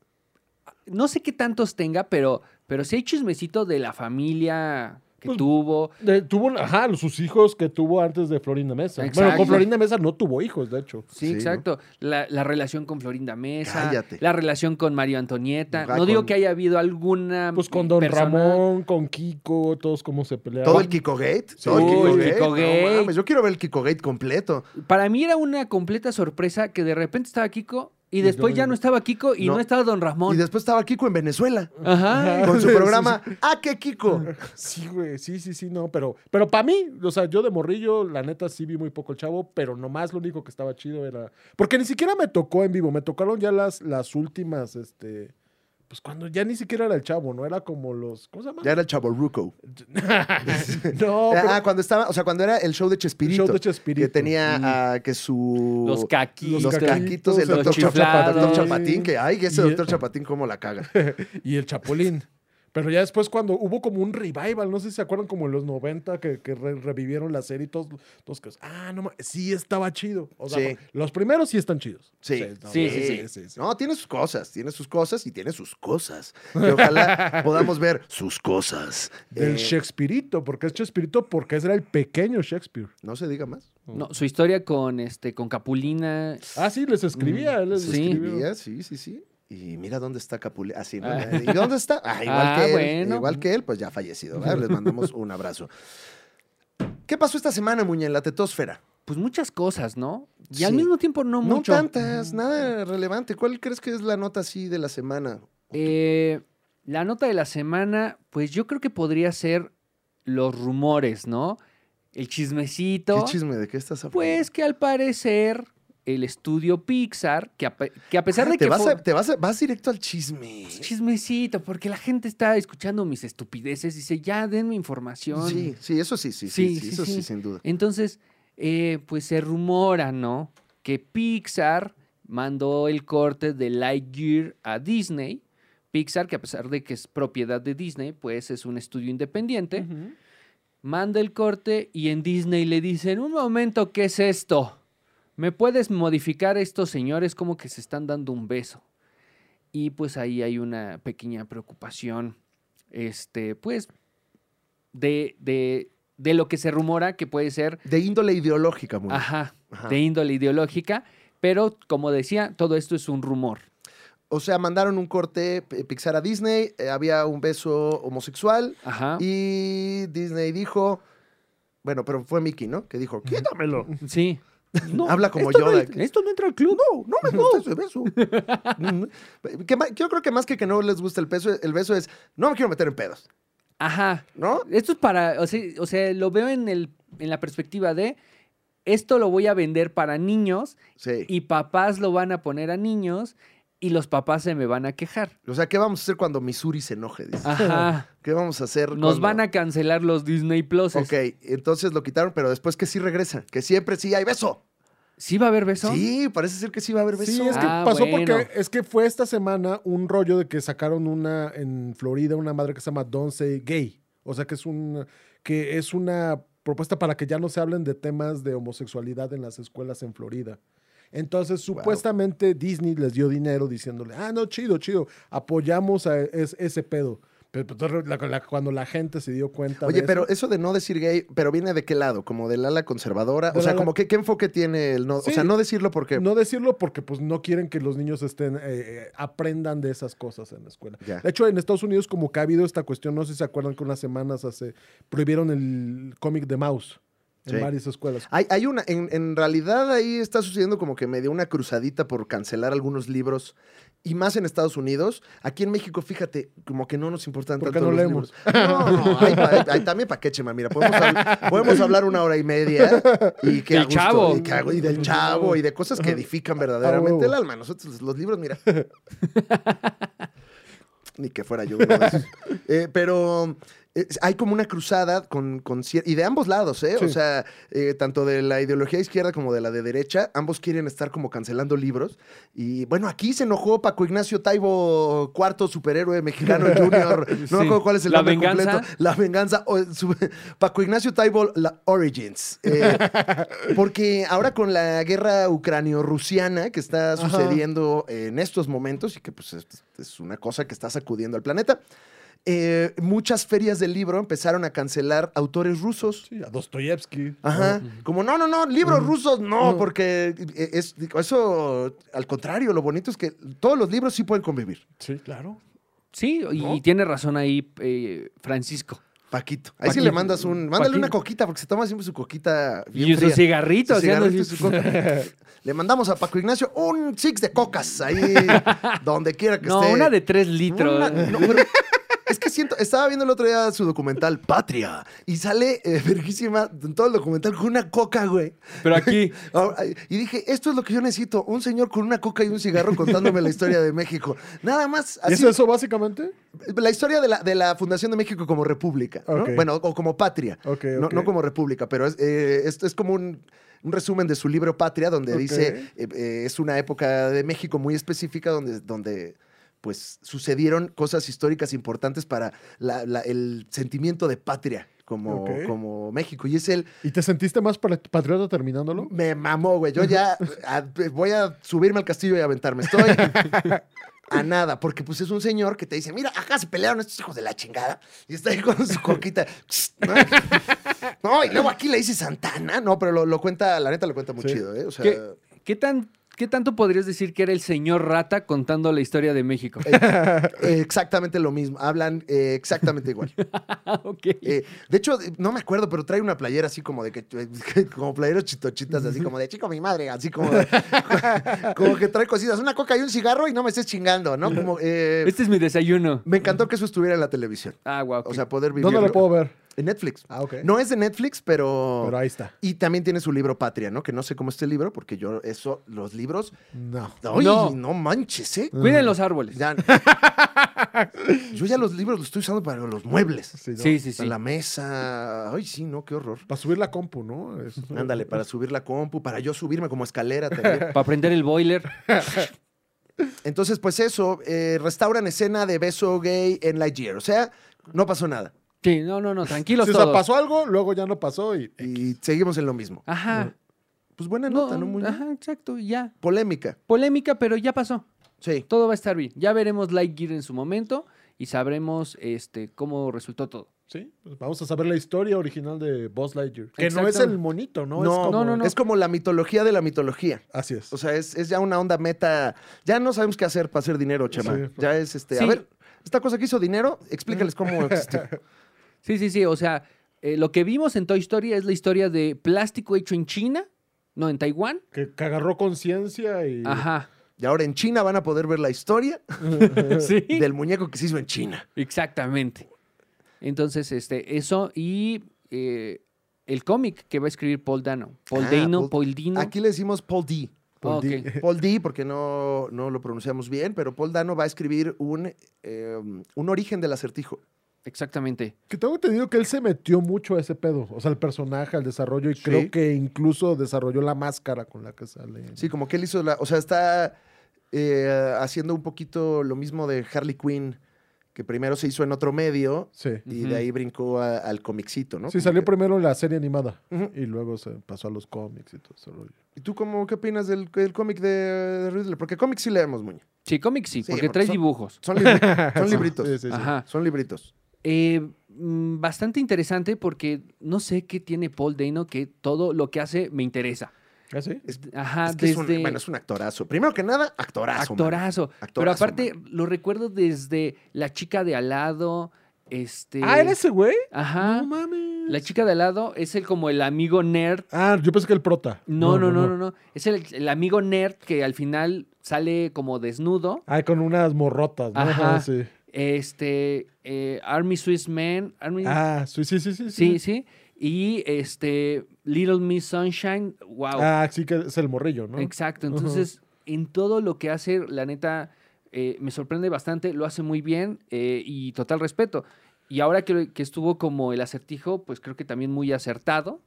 B: no sé qué tantos tenga, pero, pero sí hay chismecito de la familia que
D: Pues,
B: tuvo.
D: de- tuvo, ajá, sus hijos que tuvo antes de Florinda Mesa. Bueno,
B: Exacto.
D: con Florinda Mesa no tuvo hijos, de hecho.
B: Sí,
C: Sí, ¿no?
B: exacto. La, la relación con Florinda Mesa.
C: Cállate.
B: La relación con Mario Antonieta.
C: Ah,
B: no digo
C: con-
B: que haya habido alguna.
D: Pues con Don
B: personal-
D: Ramón, con Kiko, todos como se peleaban.
C: Todo el Kiko Gate. Todo
B: Uy,
C: el Kiko,
B: Kiko
C: Gate. No
B: Gate.
C: mames, yo quiero ver el Kiko Gate completo.
B: Para mí era una completa sorpresa que de repente estaba Kiko y
D: Y
B: después
D: no-
B: ya no estaba Kiko y
C: No.
B: no, estaba Don
C: Y
B: Ramón.
C: después estaba Kiko en Venezuela.
B: Ajá.
C: Con su programa ¡Ah, qué Kiko!
D: Sí, güey, sí, sí, sí, no, pero, pero para mí, o sea, yo de morrillo, la neta sí vi muy poco el chavo, pero nomás lo único que estaba chido era. Porque ni siquiera me tocó en vivo, me tocaron ya las, las últimas, este. Pues cuando ya ni siquiera era el chavo, ¿no? Era como los. ¿Cómo se llama?
C: Ya era el chavo Ruco.
D: no, pero-
C: Ah, cuando estaba, o sea, cuando era el show de Chespirito.
D: El show de Chespirito.
C: Que tenía ah, que su.
B: Los caquitos.
C: Los caquitos, el
D: Los
C: doctor, Chapatín,
B: chiflados.
C: doctor Chapatín, que ay, ese
D: Y-
C: doctor Chapatín cómo la caga.
D: y el Chapulín. Pero ya después cuando hubo como un revival, no sé si se acuerdan como en los 90 que, que re- revivieron la serie y todos, todos que, ah, no, ma- sí estaba chido. O sea,
C: Sí.
D: los primeros sí están chidos.
C: Sí,
D: no,
B: sí, sí, sí.
C: No, tiene sus cosas, tiene sus cosas y tiene sus cosas. Y ojalá podamos ver sus cosas.
D: Del
C: Eh,
D: Shakespeareito, porque es Shakespeareito porque ese era el pequeño Shakespeare.
C: no se diga más.
B: No, su historia con este, con Capulina.
D: Ah, sí, les escribía. él les
B: Sí.
D: escribía.
C: Escribía, sí, sí, sí. Y mira dónde está Capulina. Así, ¿no?
B: Ah.
C: ¿Y dónde está? Ah, igual
B: Ah,
C: que él.
B: bueno.
C: Igual que él, pues ya fallecido. ¿verdad? Les mandamos un abrazo. ¿Qué pasó esta semana, Muñe, en la tetosfera?
B: Pues muchas cosas, ¿no? Y al
C: Sí.
B: mismo tiempo no
C: No
B: mucho. Mm.
C: tantas, nada relevante. ¿Cuál crees que es la nota así de la semana?
B: Eh, la nota de la semana, pues yo creo que podría ser los rumores, ¿no? El chismecito.
C: ¿Qué chisme? ¿De qué estás hablando?
B: Pues que al parecer el estudio Pixar, que a, pe- que a pesar
C: Ah,
B: de
C: te
B: que
C: vas,
B: fue- Pues,
C: a- te vas, a- vas directo al chisme.
B: chismecito, porque la gente está escuchando mis estupideces, dice, ya denme información.
C: Sí, sí, eso sí, sí, sí,
B: Sí,
C: sí,
B: sí,
C: eso sí,
B: sí.
C: sin duda.
B: Entonces, eh, pues se rumora, ¿no? Que Pixar mandó el corte de Lightyear a Disney. Pixar, que a pesar de que es propiedad de Disney, pues es un estudio independiente, manda el corte y en Disney le dicen, un momento, ¿qué es esto? ¿Me puedes modificar estos señores como que se están dando un beso? Y pues ahí hay una pequeña preocupación, este, pues, de, de, de lo que se rumora que puede ser,
C: De índole ideológica, muy
B: ajá,
C: Ajá.
B: de índole ideológica, pero como decía, todo esto es un rumor.
C: O sea, mandaron un corte eh, Pixar a Disney, eh, había un beso homosexual
B: Ajá.
C: y Disney dijo, bueno, pero fue Mickey, ¿no? Que dijo, quítamelo.
B: Sí. No,
C: Habla como
B: esto No,
C: Yoda.
B: en- esto no entra al club.
C: No, no me gusta ese beso. Mm, que ma- yo creo que más que que no les gusta el beso, el beso es, no me quiero meter en pedos,
B: Ajá.
C: ¿no?
B: Esto es para, o sea, o sea, lo veo en, el, en la perspectiva de, esto lo voy a vender para niños
C: Sí.
B: y papás lo van a poner a niños y los papás se me van a quejar.
C: O sea, ¿qué vamos a hacer cuando Missouri se enoje? Dice.
B: Ajá.
C: ¿Qué vamos a hacer?
B: Ah. Nos
C: cuando-
B: van a cancelar los Disney Plus.
C: Ok, entonces lo quitaron, pero después que sí regresa, que siempre sí hay beso.
B: ¿Sí va a haber beso?
C: Sí, parece ser que sí va a haber beso.
D: Sí, es que
B: Ah,
D: pasó
B: bueno.
D: porque es que fue esta semana un rollo de que sacaron una en Florida, una madre que se llama Don't Say Gay. O sea que es un que es una propuesta para que ya no se hablen de temas de homosexualidad en las escuelas en Florida. Entonces, supuestamente Disney les dio dinero diciéndole, ah, no, chido, chido, apoyamos a es- ese pedo. Pero, pues, la- la- cuando la gente se dio cuenta.
C: Oye,
D: de
C: pero
D: eso-
C: eso de no decir gay, ¿pero viene de qué lado? ¿Como del ala conservadora?
D: Del
C: o sea,
D: ala-
C: como que, ¿qué enfoque tiene el no?
D: Sí.
C: O sea, no decirlo porque...
D: No decirlo porque pues no quieren que los niños estén eh, eh, aprendan de esas cosas en la escuela.
C: Ya.
D: De hecho, en Estados Unidos como que ha habido esta cuestión, no sé si se acuerdan que unas semanas hace prohibieron el cómic de Mouse en
C: Sí. Ah.
D: varias escuelas.
C: Hay, hay una, en, en realidad ahí está sucediendo como que me dio una cruzadita por cancelar algunos libros, y más en Estados Unidos. Aquí en México, fíjate, como que no nos importan
D: ¿Por
C: tanto
D: qué no
C: los
D: leemos?
C: libros. No, hay, pa- hay- hay también pa' qué, Chema, mira, podemos, habl- podemos hablar una hora y media y que
B: Del chavo.
C: Y, que a gu- y del chavo y de cosas que edifican verdaderamente
D: Ah, huevo.
C: el alma. Nosotros los libros, mira. Ni que fuera yo. uno de esos. Eh, pero eh, hay como una cruzada con, con cier- y de ambos lados, ¿eh? O
D: Sí.
C: sea, eh, tanto de la ideología izquierda como de la de derecha, ambos quieren estar como cancelando libros. Y bueno, aquí se enojó Paco Ignacio Taibo, cuarto superhéroe mexicano junior. No me acuerdo cuál es el
B: ¿La
C: nombre
B: venganza?
C: completo. La venganza. o su- Paco Ignacio Taibo, la Origins. Eh, porque ahora con la guerra ucranio-rusiana que está
D: Ajá.
C: sucediendo en estos momentos y que pues es, es una cosa que está sacudiendo al planeta, eh, muchas ferias del libro empezaron a cancelar autores rusos.
D: Sí, a Dostoyevsky.
B: Ah,
C: Ajá. Como, no, no, no, libros rusos no, porque eh, es, eso, al contrario, lo bonito es que todos los libros sí pueden convivir.
D: Sí, claro.
B: Sí, y, y tiene razón ahí eh, Francisco.
C: Paquito. Ahí sí
B: Paquito.
C: le mandas un. Mándale
B: Paquito.
C: una coquita, porque se toma siempre su coquita. Bien
B: y su
C: fría.
B: cigarrito.
C: Su
B: o sea, no-
C: cigarrito y su coca. Le mandamos a Paco Ignacio un six de cocas ahí, donde quiera que
B: no,
C: esté.
B: una de tres litros.
C: Una- no, pero es que siento, estaba viendo el otro día su documental Patria y sale eh, verguísima en todo el documental con una coca, güey.
B: Pero aquí,
C: Ahora, ay, Y dije, esto es lo que yo necesito, un señor con una coca y un cigarro contándome la historia de México. Nada más,
D: ¿Y
C: así,
D: es eso básicamente?
C: la historia de la, de la Fundación de México como república, ¿no?
D: Ok.
C: Bueno, o como patria,
D: Ok,
C: No,
D: ok.
C: no como república, pero es, eh, esto es como un, un resumen de su libro Patria, donde
D: Ok.
C: dice, eh, eh, es una época de México muy específica donde... donde pues sucedieron cosas históricas importantes para la- la- el sentimiento de patria como,
D: Ok.
C: como México. Y es el,
D: ¿Y te sentiste más para- patriota terminándolo?
C: me mamó, güey. Yo ya a- voy a subirme al castillo y aventarme. Estoy a nada, porque pues es un señor que te dice, mira, acá se pelearon estos hijos de la chingada. Y está ahí con su coquita. ¿no? No, y luego aquí le dice Santana. No, pero lo, lo cuenta, la neta lo cuenta muy
D: Sí.
C: chido, ¿eh? O sea,
B: ¿qué, qué tan, ¿qué tanto podrías decir que era el señor rata contando la historia de México?
C: eh, exactamente lo mismo. Hablan eh, exactamente igual.
B: Ah, ok.
C: Eh, de hecho, eh, no me acuerdo, pero trae una playera así como de que, eh, como playeros chitochitas, así como de chico mi madre, así como, de- como que trae cositas, una coca y un cigarro y no me estés chingando, ¿no? Como, eh,
B: este es mi desayuno.
C: me encantó que eso estuviera en la televisión.
B: Ah, guau.
C: O sea, poder vivir.
D: ¿Dónde lo puedo ver?
C: En Netflix.
D: Ah, ok.
C: No es de Netflix, pero.
D: Pero ahí está.
C: Y también tiene su libro Patria, ¿no? Que no sé cómo es este libro, porque yo, eso, los libros.
D: No.
C: ¡Ay, no,
B: No.
C: manches, ¿eh?
B: Cuiden los árboles.
C: Ya- yo ya los libros los estoy usando para los muebles.
D: Sí, ¿no?
B: Sí, sí,
C: A
B: sí.
C: la mesa. Ay, sí, no, qué horror.
D: Para subir la compu, ¿no? Este, Es-
C: Ándale,
D: eh.
C: para subir la compu, para yo subirme como escalera también.
B: Para prender el boiler.
C: Entonces, pues eso, eh, restauran escena de beso gay en Lightyear. O sea, no pasó nada.
B: Sí, no, no, no, tranquilos
D: Si o sea,
B: todos.
D: pasó algo, luego ya no pasó y...
C: Y seguimos en lo mismo.
B: Ajá.
C: Pues buena
B: No,
C: nota, ¿no? Muy
B: ajá, exacto, ya.
C: polémica.
B: Polémica, pero ya pasó.
C: Sí.
B: Todo va a estar bien. Ya veremos Lightyear en su momento y sabremos este cómo resultó todo.
D: Sí, pues vamos a saber la historia original de Buzz Lightyear. Que no es
B: Exactamente.
D: el monito,
C: No,
D: ¿no? Es como-
B: no, no, no.
C: Es como la mitología de la mitología.
D: Así es.
C: O sea, es, es ya una onda meta. Ya no sabemos qué hacer para hacer dinero, Chema.
D: Sí. pues.
C: ya es este. A
B: Sí.
C: ver, esta cosa que hizo dinero, explícales
D: Mm.
C: cómo existió.
B: Sí, sí, sí. O sea, eh, lo que vimos en Toy Story es la historia de plástico hecho en China, no en Taiwán.
D: que, que agarró conciencia y...
B: Ajá.
C: Y ahora en China van a poder ver la historia
B: Sí.
C: del muñeco que se hizo en China.
B: Exactamente. Entonces, este, eso y eh, el cómic que va a escribir Paul Dano. Paul
C: Ah,
B: Dano,
C: Paul-
B: Paul Dino.
C: Aquí le decimos Paul D.
B: Ah,
D: Paul D.
B: ok.
C: Paul D, porque no, no lo pronunciamos bien, pero Paul Dano va a escribir un, eh, un origen del acertijo.
B: Exactamente.
D: Que tengo entendido que él se metió mucho a ese pedo. O sea, el personaje, el desarrollo. Y
C: Sí.
D: creo que incluso desarrolló la máscara con la que sale.
C: Sí, como que él hizo la. O sea, está eh, haciendo un poquito lo mismo de Harley Quinn que primero se hizo en otro medio
D: Sí.
C: y
B: Ujú.
C: de ahí brincó a- al comicito, ¿no?
D: Sí,
C: Como
D: salió
C: que-
D: primero la serie animada
C: Ujú.
D: y luego se pasó a los cómics y todo ese rollo.
C: ¿Y tú cómo, qué opinas del, del cómic de, de Riddler? Porque cómics sí leemos, Muñe.
B: Sí, cómics sí,
C: Sí,
B: porque
C: porque
B: traes
C: son-
B: dibujos.
C: Son, libri- son
D: Sí,
C: libritos.
D: sí, sí, sí.
B: Ajá.
C: Son libritos.
B: Eh, mm, bastante interesante porque no sé qué tiene Paul Dano que todo lo que hace me interesa.
D: ¿Ah, sí?
B: Ajá,
C: es que es un,
B: desde
C: bueno, es un actorazo. Primero que nada, actorazo. man.
B: actorazo. Pero
C: Actorazo,
B: aparte lo recuerdo desde La chica de al lado, este...
D: Ah, ¿era ese güey?
B: Ajá.
D: No mames.
B: la chica de al lado es el como el amigo nerd.
D: Ah, yo pensé que el prota.
B: No, no, no, no, no. Es el, el amigo nerd que al final sale como desnudo.
D: Ah, con unas morrotas, ¿no?
B: Ajá.
D: Ah, sí.
B: Este, eh, Army Swiss Man, Army,
D: Ah, sí, sí, sí, sí.
B: sí, sí. Y este, Little Miss Sunshine, wow.
D: Ah, sí que es el morrillo, ¿no?
B: Exacto.
D: Ujú.
B: Entonces, en todo lo que hace, la neta, eh, me sorprende bastante, lo hace muy bien eh, y total respeto. Y ahora que, que estuvo como el acertijo, pues creo que también muy acertado.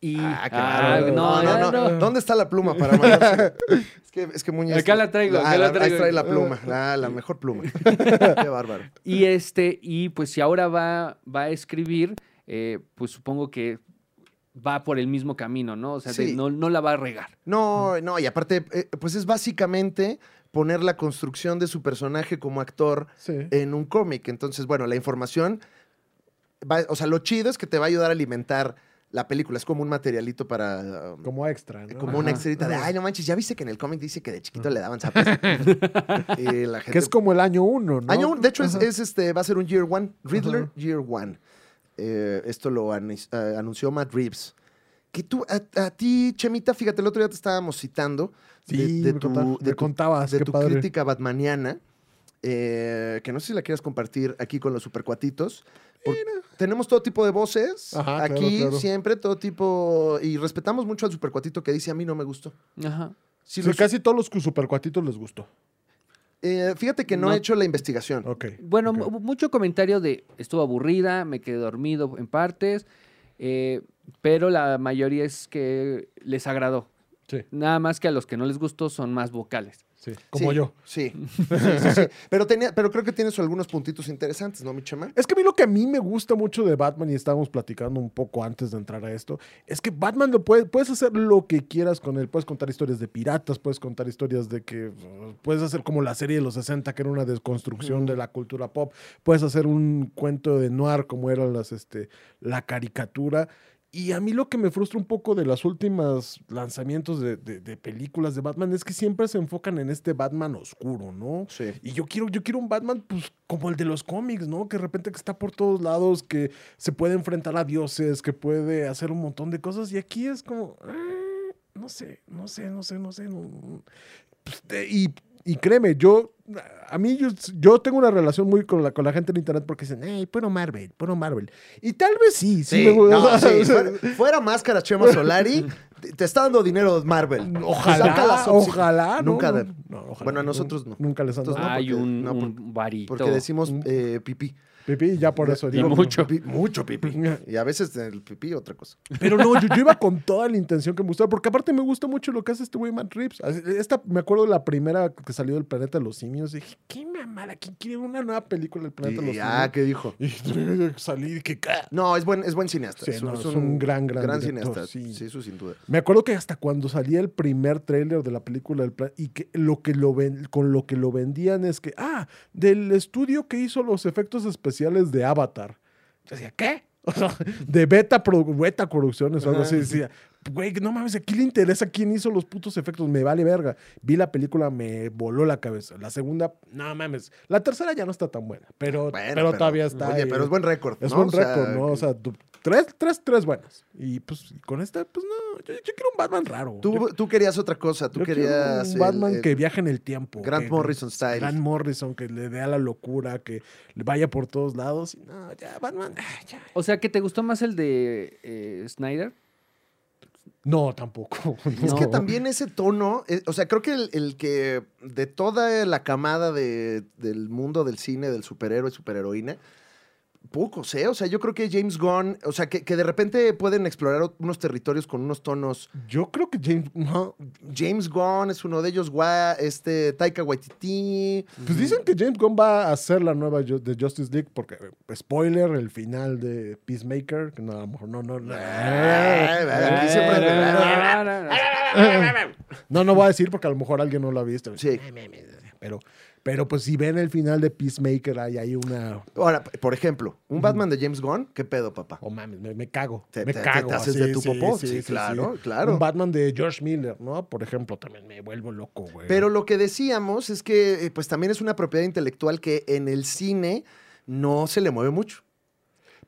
B: Y,
C: Ah, qué
B: Ah,
C: bárbaro. no,
B: no, no,
C: no,
B: no.
C: ¿Dónde está la pluma para mandarse? es que, es que Muñe.
B: Acá la traigo, acá la
C: Ahí
B: traigo.
C: trae la pluma. Ah, La, la mejor pluma. Qué bárbaro.
B: Y este, y pues si ahora va, va a escribir, eh, pues supongo que va por el mismo camino, ¿no? O sea, de
C: Sí.
B: no, no la va a regar.
C: No, no, y aparte, eh, pues es básicamente poner la construcción de su personaje como actor
D: Sí.
C: en un cómic. Entonces, bueno, la información, va- o sea, lo chido es que te va a ayudar a alimentar la película. Es como un materialito para... um,
D: Como extra, ¿no?
C: como una
B: Ajá.
C: extrita de, ay, no manches, ya viste que en el cómic dice que de chiquito le daban zapas. y la gente...
D: Que es como el año uno, ¿no?
C: Año uno, de hecho, es,
D: Ajá.
C: es, este, va a ser un Year One, Riddler
D: Ajá.
C: Year One. Eh, esto lo anu- eh, anunció Matt Reeves. Que tú, a, a ti, Chemita, fíjate, el otro día te estábamos citando de-
D: Sí,
C: de,
D: me,
C: tu,
D: contabas,
C: de
D: me
C: tu-
D: contabas,
C: de
D: qué
C: tu
D: padre.
C: crítica batmaniana, eh, que no sé si la quieras compartir aquí con los supercuatitos. por- Tenemos todo tipo de voces
D: Ajá, claro,
C: aquí,
D: claro.
C: siempre, todo tipo, y respetamos mucho al supercuatito que dice, a mí no me gustó.
B: Ajá.
C: Sí,
D: Sí,
C: los-
D: casi todos los cu- supercuatitos les gustó.
C: eh, fíjate que no,
B: No.
C: he hecho la investigación.
D: Ok.
B: Bueno,
D: ok.
B: mu- mucho comentario de estuvo aburrida, me quedé dormido en partes, eh, pero la mayoría es que les agradó.
D: Sí,
B: Nada más que a los que no les gustó son más vocales.
D: sí. Como
C: Sí,
D: yo.
C: Sí. Sí, sí, sí. Pero, tenía, pero creo que tienes algunos puntitos interesantes, ¿no, mi chema?
D: Es que a mí lo que a mí me gusta mucho de Batman, y estábamos platicando un poco antes de entrar a esto, es que Batman lo puede- puedes hacer lo que quieras con él. Puedes contar historias de piratas, puedes contar historias de que. uh, Puedes hacer como la serie de los 60, que era una desconstrucción de la cultura pop. Puedes hacer un cuento de noir, como era las, este, la caricatura. Y a mí lo que me frustra un poco de los últimos lanzamientos de, de- de películas de Batman es que siempre se enfocan en este Batman oscuro, ¿no?
C: Sí.
D: Y yo quiero, yo quiero un Batman, pues, como el de los cómics, ¿no? Que de repente que está por todos lados, que se puede enfrentar a dioses, que puede hacer un montón de cosas. Y aquí es como. ah, No sé, no sé, no sé, no sé. no- no. Pues, te- y, y créeme, yo. A mí, yo, yo tengo una relación muy con la, con la gente en internet porque dicen, hey, puro Marvel, puro Marvel. Y tal vez sí, sí, me gusta.
C: no, sí.
D: O sea,
C: Fuera, fuera máscara, Chema Solari, te, te está dando dinero Marvel. Saca
D: Ojalá,
C: las opciones.
D: ojalá. no,
C: Nunca
D: no,
C: de-
D: no, ojalá.
C: Bueno, a nosotros no.
D: Nunca les han dado.
C: Entonces, no,
B: Hay
C: porque-
B: un,
C: no, por-
B: un varito.
C: Porque decimos eh, pipí.
D: Pipí, ya por eso.
B: Y
D: digo,
B: mucho.
C: Pi- mucho pipí. Y a veces el pipí otra cosa.
D: Pero no, yo, yo iba con toda la intención que me gustaba, porque aparte me gusta mucho lo que hace este güey Matt Reeves. Así, Esta, me acuerdo la primera que salió del Planeta de los Simios, dije, qué mamada, ¿quién quiere una nueva película del Planeta de los
C: Y, ah, ¿qué dijo?
D: Simios? Y salí, que
C: No, es buen, es buen cineasta.
D: Sí, no, es un gran, gran director,
C: cineasta.
D: sí.
C: Sí. eso sin duda.
D: Me acuerdo que hasta cuando salía el primer tráiler de la película del plan y que lo que lo ven, con lo que lo vendían es que ah, del estudio que hizo los efectos especiales de Avatar. Yo decía, ¿qué? O sea, de Beta, Pro- Beta Producciones o algo así decía, güey, no mames, ¿a quién le interesa quién hizo los putos efectos? Me vale verga. Vi la película, me voló la cabeza. La segunda, no mames. La tercera ya no está tan buena, pero,
C: Bueno,
D: pero, todavía está.
C: Oye,
D: ahí.
C: pero es buen récord.
D: Es
C: ¿no?
D: buen
C: O sea,
D: récord, ¿no? O sea, tú- tres, tres, tres buenas. Y pues con esta, pues no, yo, yo quiero un Batman raro. yo,
C: Tú, tú querías otra cosa. Tú
D: yo quiero
C: querías.
D: un
C: el-
D: Batman
C: el-
D: que viaje en el tiempo.
C: Grant
D: que-
C: Morrison style.
D: Grant Morrison, que le dé a la locura, que le vaya por todos lados. Y No, ya, Batman, ah, ya.
B: O sea, que te gustó más el de eh, Snyder.
D: No, tampoco.
C: Es
D: no.
C: que también ese tono, eh, o sea, creo que el, el que de toda la camada de- del mundo del cine, del superhéroe, superheroína, Pocos, ¿eh? O sea, yo creo que James Gunn, o sea, que, que de repente pueden explorar ot- unos territorios con unos tonos.
D: Yo creo que James. no.
C: James Gunn es uno de ellos, Wa- este, Taika Waititi.
D: Pues dicen que James Gunn va a hacer la nueva Ju- de Justice League porque, eh, spoiler, el final de Peacemaker, que no, a lo mejor no, no, no.
C: Ah, Aquí
B: Eh,
D: eh,
C: siempre-
D: No, no voy a decir porque a lo mejor alguien no lo ha visto.
C: Sí.
D: Pero, pero pues si ven el final de Peacemaker, hay, hay una...
C: Ahora, por ejemplo, un Batman de James Gunn, ¿qué pedo, papá?
D: Oh, mames, me, me cago.
C: Te-
D: me
C: te- te-
D: cago.
C: te haces
D: así,
C: de tu popó. Sí, claro, claro.
D: Un Batman de George Miller, ¿no? Por ejemplo, también me vuelvo loco, güey.
C: Pero lo que decíamos es que eh, pues también es una propiedad intelectual que en el cine no se le mueve mucho.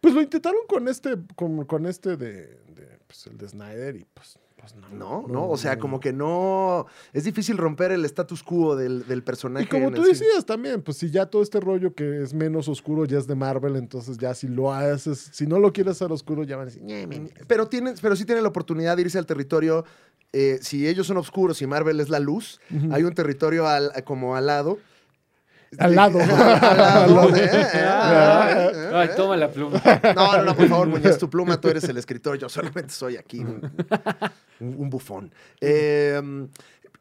D: Pues lo intentaron con este, con, con este de, de, pues, el de Snyder y pues, pues no.
C: No, no, o sea, como que no. Es difícil romper el status quo del, del personaje.
D: Y como
C: en
D: tú
C: el cine.
D: decías también, pues si ya todo este rollo que es menos oscuro ya es de Marvel, entonces ya si lo haces, si no lo quieres hacer oscuro, ya van a decir, "Ñe, ñe, ñe".
C: Pero, tienen, pero sí tienen la oportunidad de irse al territorio. eh, si ellos son oscuros y Marvel es la luz, hay un territorio al- como al lado.
D: al lado. Ah,
C: Al lado ¿eh? Ah, de- eh, ah.
B: Ay, toma la pluma.
C: No, no, no, por favor, Muñez, tu pluma, tú eres el escritor, yo solamente soy aquí un, un- un bufón. Eh,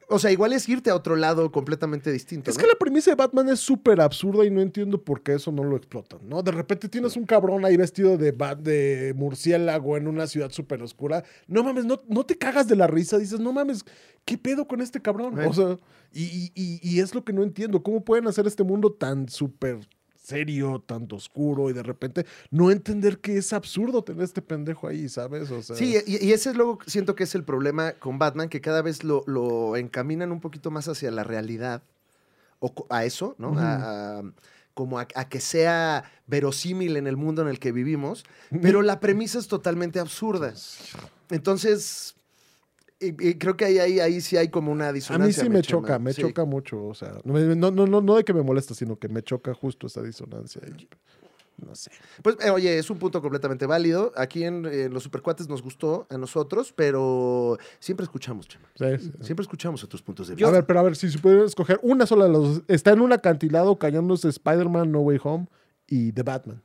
C: o sea, igual es irte a otro lado completamente distinto.
D: Es
C: ¿no?
D: que la premisa de Batman es súper absurda y no entiendo por qué eso no lo explotan, ¿no? De repente tienes un cabrón ahí vestido de, bat, de murciélago en una ciudad súper oscura. No mames, no, no te cagas de la risa. Dices, no mames, ¿qué pedo con este cabrón?
C: Eh.
D: O sea, y, y- y- y es lo que no entiendo. ¿Cómo pueden hacer este mundo tan súper serio, tan oscuro y de repente no entender que es absurdo tener este pendejo ahí, ¿sabes? O sea,
C: Sí, y, y ese es luego, siento que es el problema con Batman, que cada vez lo, lo encaminan un poquito más hacia la realidad, o co- a eso, ¿no? A- a- como a, a que sea verosímil en el mundo en el que vivimos, pero la premisa es totalmente absurda. Entonces, y- y creo que ahí, ahí, ahí sí hay como una
D: A
C: disonancia.
D: mí sí me
C: Chema.
D: choca, me
C: Sí.
D: choca mucho, o sea, no, me- no, no, no- no de que me molesta, sino que me choca justo esa disonancia. ahí. No sé.
C: Pues, eh, oye, es un punto completamente válido. Aquí en, eh, Los Supercuates nos gustó a nosotros, pero siempre escuchamos, Chema.
D: Sí, sí.
C: Siempre escuchamos otros puntos de vista.
D: A ver, pero a ver, si se pudiera escoger una sola de las dos, está en un acantilado callándose Spider-Man, No Way Home y The Batman.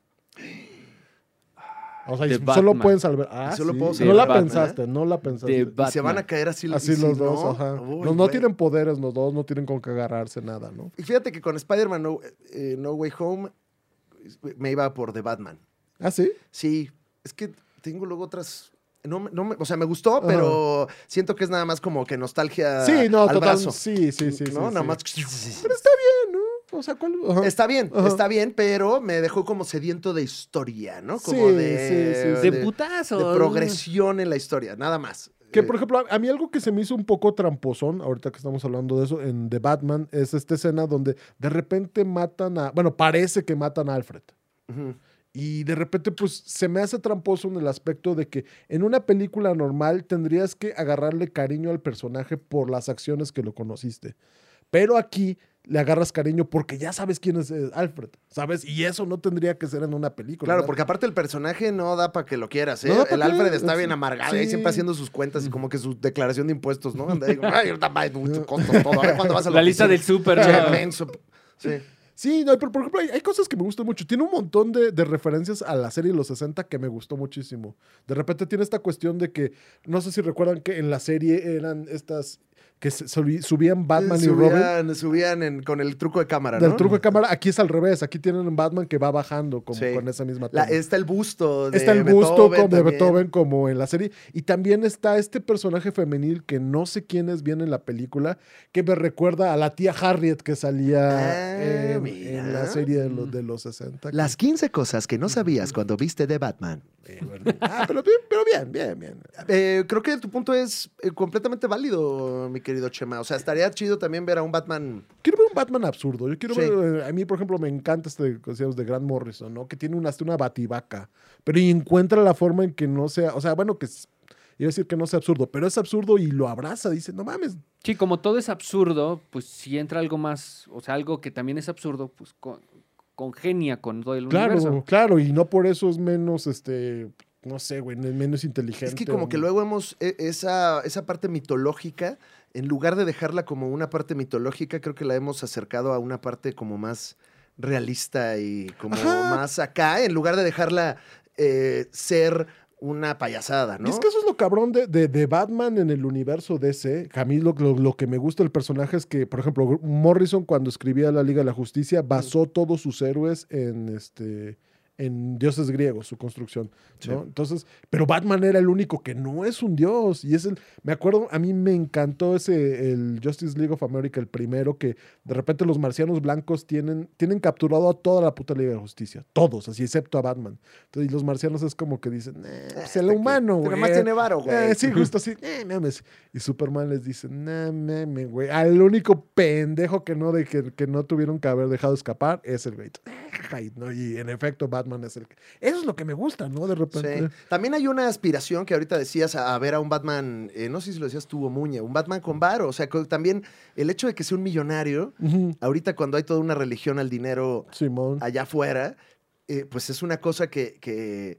D: O sea, y
B: The
D: solo
B: Batman.
D: pueden salvar. Ah,
C: Solo
D: sí.
C: puedo
D: No
B: salvar
D: la
B: Batman,
D: pensaste, no la
B: The
D: pensaste.
C: Y se
B: Batman.
C: van a caer así,
D: Así
C: ¿eh? y si
D: los
C: no,
D: dos, ajá.
C: uy,
D: no, no
C: güey.
D: tienen poderes los dos, no tienen con qué agarrarse nada, ¿no?
C: Y Fíjate que con Spider-Man no, eh, no Way Home eh, me iba por The Batman.
D: Ah, sí.
C: Sí, es que tengo luego otras. No, me- no me- o sea, me gustó, pero siento que es nada más como que nostalgia.
D: Sí, no,
C: Ah, al
D: total.
C: brazo.
D: Sí, sí, sí.
C: No,
D: sí,
C: nada
D: sí.
C: más.
D: Pero está bien, ¿no? O sea, ¿cuál? Ajá.
C: Está bien,
D: Ajá.
C: está bien, pero me dejó como sediento de historia, ¿no? Como
D: Sí,
C: de,
D: sí, sí,
B: De
D: sí.
C: de-
B: putazo.
C: de progresión en la historia, nada más.
D: Que
C: Eh,
D: por ejemplo, a- a mí algo que se me hizo un poco tramposón, ahorita que estamos hablando de eso, en The Batman, es esta escena donde de repente matan a. Bueno, parece que matan a Alfred.
C: ujú.
D: Y de repente, pues se me hace tramposo en el aspecto de que en una película normal tendrías que agarrarle cariño al personaje por las acciones que lo conociste. Pero aquí le agarras cariño porque ya sabes quién es eh, Alfred, ¿sabes? Y eso no tendría que ser en una película.
C: Claro,
D: ¿verdad?
C: porque aparte el personaje no da para que lo quieras, ¿eh?
D: No da pa'
C: el
D: que-
C: Alfred está
D: sí,
C: bien amargado ahí
D: sí.
C: siempre haciendo sus cuentas y como que su declaración de impuestos, ¿no? Anda ahí, ay, ahorita va, mucho costo todo. A ver cuándo vas a
B: La lista del súper.
C: Che,
B: ¿no?
C: menso. Sí.
D: Sí, no, pero por ejemplo, hay, hay cosas que me gustan mucho. Tiene un montón de, de referencias a la serie de los 60 que me gustó muchísimo. De repente tiene esta cuestión de que, no sé si recuerdan que en la serie eran estas, que se- subi- subían Batman y Robin.
C: subían, subían en- con el truco de cámara,
D: Del
C: ¿no?
D: truco de cámara, aquí es al revés. Aquí tienen un Batman que va bajando como
C: Sí.
D: con esa misma
C: La-
D: toma.
C: está el busto de
D: está el gusto
C: Beethoven
D: como de
C: también.
D: Beethoven como en la serie. Y también está este personaje femenil que no sé quién es bien en la película, que me recuerda a la tía Harriet que salía
C: Ah,
D: en,
C: mira. Mm.
D: en la serie de los, de los 60.
C: Las 15 cosas que no sabías cuando viste de Batman.
D: Eh, bueno, ah, pero bien, pero bien, bien, bien.
C: Eh, creo que tu punto es eh, completamente válido, mi querido Chema. O sea, estaría chido también ver a un Batman.
D: Quiero ver un Batman absurdo. Yo quiero
C: Sí.
D: ver, eh, a mí, por ejemplo, me encanta este que decíamos de Grant Morrison, ¿no? Que tiene una, hasta una bativaca, pero y encuentra la forma en que no sea, o sea, bueno, que es- iba a decir que no sea absurdo, pero es absurdo y lo abraza, dice, no mames.
B: Sí, como todo es absurdo, pues si entra algo más, o sea, algo que también es absurdo, pues con- congenia con todo el
D: Claro,
B: universo.
D: claro, y no por eso es menos, este, no sé, güey, no es menos inteligente.
C: Es que como que
D: o-
C: luego hemos e- esa, esa parte mitológica, en lugar de dejarla como una parte mitológica, creo que la hemos acercado a una parte como más realista y como
D: Ajá.
C: más acá, en lugar de dejarla eh, ser una payasada, ¿no?
D: Y es que eso es lo cabrón de, de- de Batman en el universo DC. A mí lo, lo- lo que me gusta del personaje es que, por ejemplo, Gr- Morrison cuando escribía la Liga de la Justicia basó todos sus héroes en este en dioses griegos, su construcción. ¿no? Entonces, pero Batman era el único que no es un dios. Y es el. Me acuerdo, a mí me encantó ese el Justice League of America, el primero, que de repente los marcianos blancos tienen, tienen capturado a toda la puta Liga de la Justicia. Todos, así excepto a Batman. Entonces, y los marcianos es como que dicen, "Eh, pues el
C: Hasta Ah, este que-
D: humano,
C: pero
D: güey.
C: más tiene varo, güey.
D: Eh, sí, justo así. "Eh, mames". Y Superman les dice, no mames, güey. Al único pendejo que no, de que, que no tuvieron que haber dejado escapar es el güey. Ay, ¿no? Y en efecto, Batman es el que- Eso es lo que me gusta, ¿no? De repente.
C: Sí. También hay una aspiración que ahorita decías a, a ver a un Batman, eh, no sé si lo decías tú o Muñe, un Batman con varo. O sea, co- también el hecho de que sea un millonario,
D: Ujú.
C: ahorita cuando hay toda una religión al dinero
D: Simón.
C: allá afuera, eh, pues es una cosa que, que,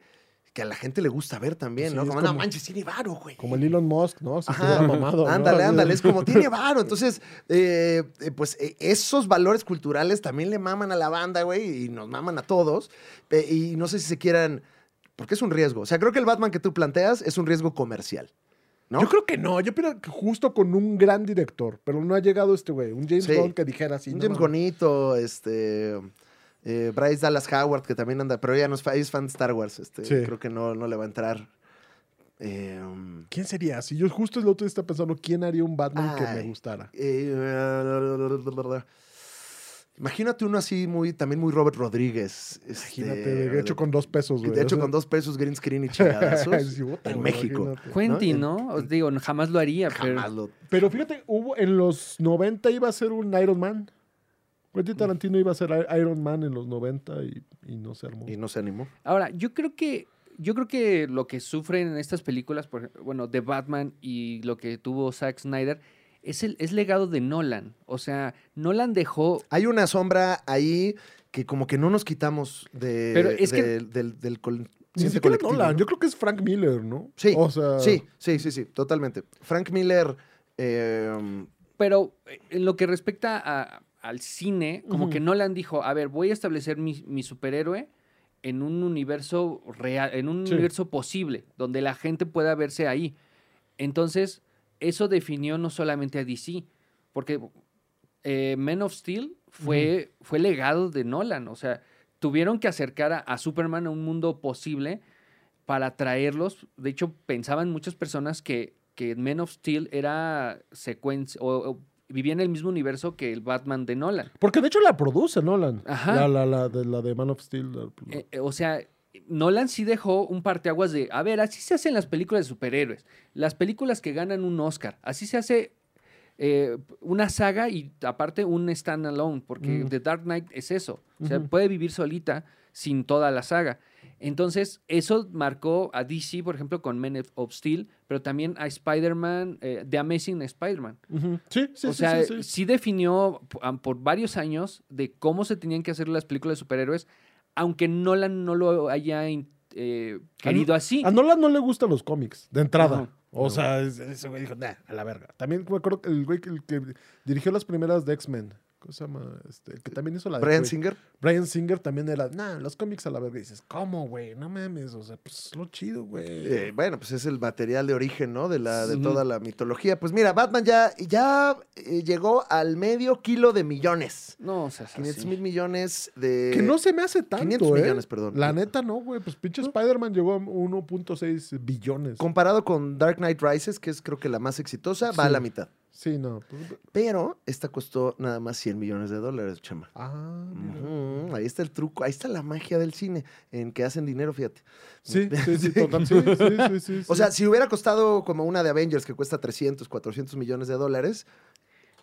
C: que a la gente le gusta ver también,
D: Sí,
C: ¿no?
D: es
C: Como, no
D: como-
C: manches, tiene varo, güey.
D: Como el Elon Musk, ¿no? Se
C: Ajá,
D: queda mamado. ¿no?
C: ándale,
D: Así de-
C: ándale, es como tiene varo. Entonces, eh, eh, pues eh, esos valores culturales también le maman a la banda, güey, y nos maman a todos. Pe- y no sé si se quieran, porque es un riesgo. O sea, creo que el Batman que tú planteas es un riesgo comercial. ¿no?
D: Yo creo que no, yo creo que justo con un gran director, pero no ha llegado este güey, un James
C: Sí.
D: Gunn que dijera así.
C: un
D: no
C: James
D: mames.
C: Gonito, este. eh, Bryce Dallas Howard, que también anda, pero ya no es, fa- es fan de Star Wars. Este,
D: Sí.
C: Creo que no, no le va a entrar. Eh, um,
D: ¿Quién sería? Si yo justo el otro día estaba pensando, ¿quién haría un Batman que me
C: Ay.
D: gustara?
C: Eh, Imagínate uno así muy, también muy Robert Rodríguez. este,
D: Imagínate, de hecho con dos pesos, güey.
C: de hecho con dos pesos green screen y chingadazos.
D: Sí, puta,
C: en
D: güey,
C: México.
D: imagínate.
B: Quentin,
C: ¿no?
B: ¿no? Os digo, jamás lo haría,
C: Jamás
B: pero.
C: lo-
D: Pero fíjate, hubo en los 90 iba a ser un Iron Man. Quentin Tarantino iba a ser I- Iron Man en los 90 y, y no se armó.
C: Y no se animó.
B: Ahora, yo creo que. Yo creo que lo que sufren en estas películas, por ej- bueno, de Batman y lo que tuvo Zack Snyder, es el es legado de Nolan. O sea, Nolan dejó
C: Hay una sombra ahí que como que no nos quitamos de,
B: Pero es que-
C: de- del, del col-
D: Ni
C: siente
D: siquiera
C: colectivo,
D: Nolan,
C: ¿no?
D: yo creo que es Frank Miller, ¿no?
C: Sí,
D: O sea,
C: sí, sí, sí, sí, totalmente. Frank Miller, eh,
B: Pero eh, en lo que respecta a- al cine, como
D: Ujú.
B: que Nolan dijo, a ver, voy a establecer mi, mi superhéroe en un universo real, en un
D: Sí.
B: universo posible, donde la gente pueda verse ahí. Entonces, eso definió no solamente a DC, porque eh, Men of Steel fue, fue legado de Nolan, o sea, tuvieron que acercar a, a Superman a un mundo posible para traerlos. De hecho, pensaban muchas personas que, que Men of Steel era secuencia o, o vivía en el mismo universo que el Batman de Nolan.
D: Porque de hecho la produce Nolan.
B: Ajá.
D: La, la, la, de, la de Man of Steel. la- la-
B: Eh, eh, o sea, Nolan sí dejó un parteaguas de, a ver, así se hacen las películas de superhéroes, las películas que ganan un Oscar, así se hace eh, una saga y aparte un standalone, porque
D: Mm.
B: The Dark Knight es eso, o sea,
D: Ujú.
B: puede vivir solita sin toda la saga. Entonces, eso marcó a DC, por ejemplo, con Men of Steel, pero también a Spider-Man, eh, The Amazing Spider-Man
D: Ujú. Sí, sí,
B: o
D: sí,
B: sea,
D: sí,
B: sí,
D: sí.
B: definió p- am- por varios años de cómo se tenían que hacer las películas de superhéroes, aunque Nolan no lo haya in-
C: Ah,
B: eh, querido así.
D: A Nolan no le gustan los cómics, de entrada.
B: Ajá.
D: O sea, es- ese güey dijo, nah, a la verga. También me acuerdo que el güey que, el que dirigió las primeras de X-Men. ¿Cómo se llama? Este, el que también hizo la de
C: Brian
D: Quake.
C: Singer.
D: Brian Singer también era, nah, los cómics a la verga. Y dices, ¿cómo, güey? No mames, o sea, pues lo chido, güey.
C: Eh, bueno, pues es el material de origen, ¿no? De, la, de
B: Sí.
C: toda la mitología. Pues mira, Batman ya, ya eh, llegó al medio kilo de millones.
B: No, o sea, es
C: 500
B: así.
C: mil millones de...
D: que no se me hace tanto,
C: 500
D: ¿eh?
C: millones, perdón.
D: La neta no, güey. Pues pinche Spider-Man llegó a 1.6 billones.
C: Comparado con Dark Knight Rises, que es creo que la más exitosa, va
D: Sí.
C: a la mitad.
D: Sí, no. pues,
C: Pero esta costó nada más 100 millones de dólares, chama.
D: Ah, mira.
C: Ujú, Ahí está el truco, ahí está la magia del cine, en que hacen dinero, fíjate.
D: Sí, sí, sí, total. Sí, sí, sí, sí,
C: O
D: sí.
C: sea, si hubiera costado como una de Avengers que cuesta 300, 400 millones de dólares,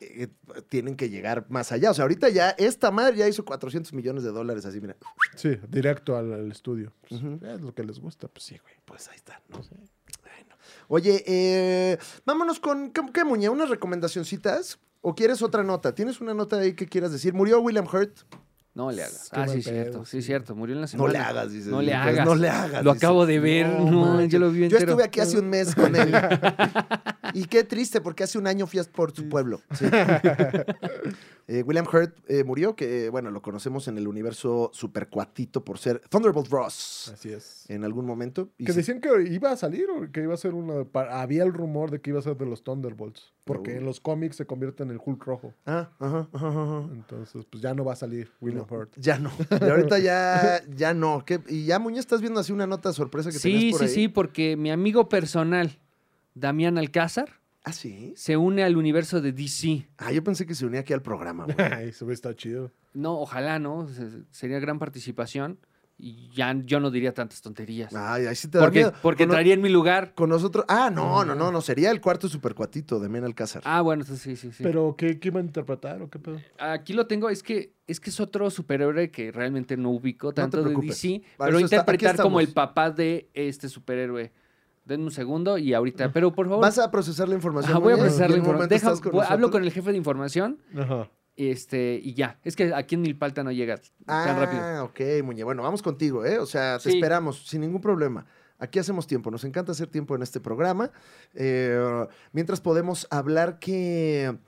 C: eh, eh, tienen que llegar más allá. O sea, ahorita ya esta madre ya hizo 400 millones de dólares, así mira.
D: Sí, directo al, al estudio. Pues,
C: Ujú.
D: Es lo que les gusta, pues sí, güey.
C: Pues ahí está, ¿no? Bueno. Oye, eh, vámonos con, ¿qué, qué, Muñe? ¿Unas recomendacioncitas? ¿O quieres otra nota? ¿Tienes una nota ahí que quieras decir? Murió William Hurt.
B: No le hagas.
D: Qué
B: Ah,
D: mal
B: sí,
D: pedo,
B: cierto, sí,
D: sí.
B: cierto. Murió en la
C: No
B: semana.
C: le hagas, dice.
B: No le
C: Pues,
B: hagas.
C: No le hagas.
B: Lo
C: dice.
B: acabo de ver. No,
C: manches.
B: yo lo vi entero.
C: Yo estuve aquí hace un mes con él. Y qué triste, porque hace un año fui a por su pueblo. sí. Eh, William Hurt eh, murió, que eh, bueno, lo conocemos en el universo supercuatito por ser Thunderbolt Ross
D: Así es.
C: en algún momento. Y
D: Eh, Que
C: sí,
D: decían que iba a salir o que iba a ser una. pa- Había el rumor de que iba a ser de los Thunderbolts. Porque
C: Oh.
D: en los cómics se convierte en el Hulk rojo.
C: Ah, ajá, ajá, ajá, ajá.
D: Entonces, pues ya no va a salir William
C: No,
D: Hurt.
C: ya no. Y ahorita ya, ya no. ¿Qué- Y ya, Muñoz, estás viendo así una nota sorpresa que
B: Sí,
C: tenías
B: sí,
C: por ahí.
B: sí, porque mi amigo personal, Damián Alcázar,
C: Ah, sí.
B: se une al universo de DC.
C: Ah, yo pensé que se unía aquí al programa, güey.
D: Ay, se ve está chido.
B: No, ojalá, ¿no? Se- Sería gran participación y ya yo no diría tantas tonterías.
C: Ay, ahí sí Ah, te da
B: porque
C: miedo.
B: porque
C: Con-
B: traería en mi lugar.
C: Con nosotros. Ah, no, no, no, no. Sería el cuarto supercuatito de Men Alcázar.
B: Ah, bueno, entonces sí, sí, sí.
D: Pero, ¿qué, ¿qué iba a interpretar o qué pedo?
B: Aquí lo tengo, es que es que es otro superhéroe que realmente no ubico tanto de
C: preocupes.
B: DC,
C: Para
B: pero
C: eso está- aquí
B: interpretar como el
C: estamos.
B: papá de este superhéroe. Denme un segundo y ahorita, pero por favor,
C: ¿Vas a procesar la información?
B: Ajá, voy a
C: Muñe?
B: procesar la
C: ¿En qué
B: información.
C: momento
B: Deja-
C: estás con
B: voy- hablo
C: nosotros?
B: con el jefe de información
D: Ajá.
B: este, y ya. Es que aquí en Milpalta no llega tan rápido.
C: Ah, ok, Muñe. Bueno, vamos contigo, ¿eh? O sea, te
B: Sí.
C: esperamos sin ningún problema. Aquí hacemos tiempo, nos encanta hacer tiempo en este programa. Eh, mientras podemos hablar que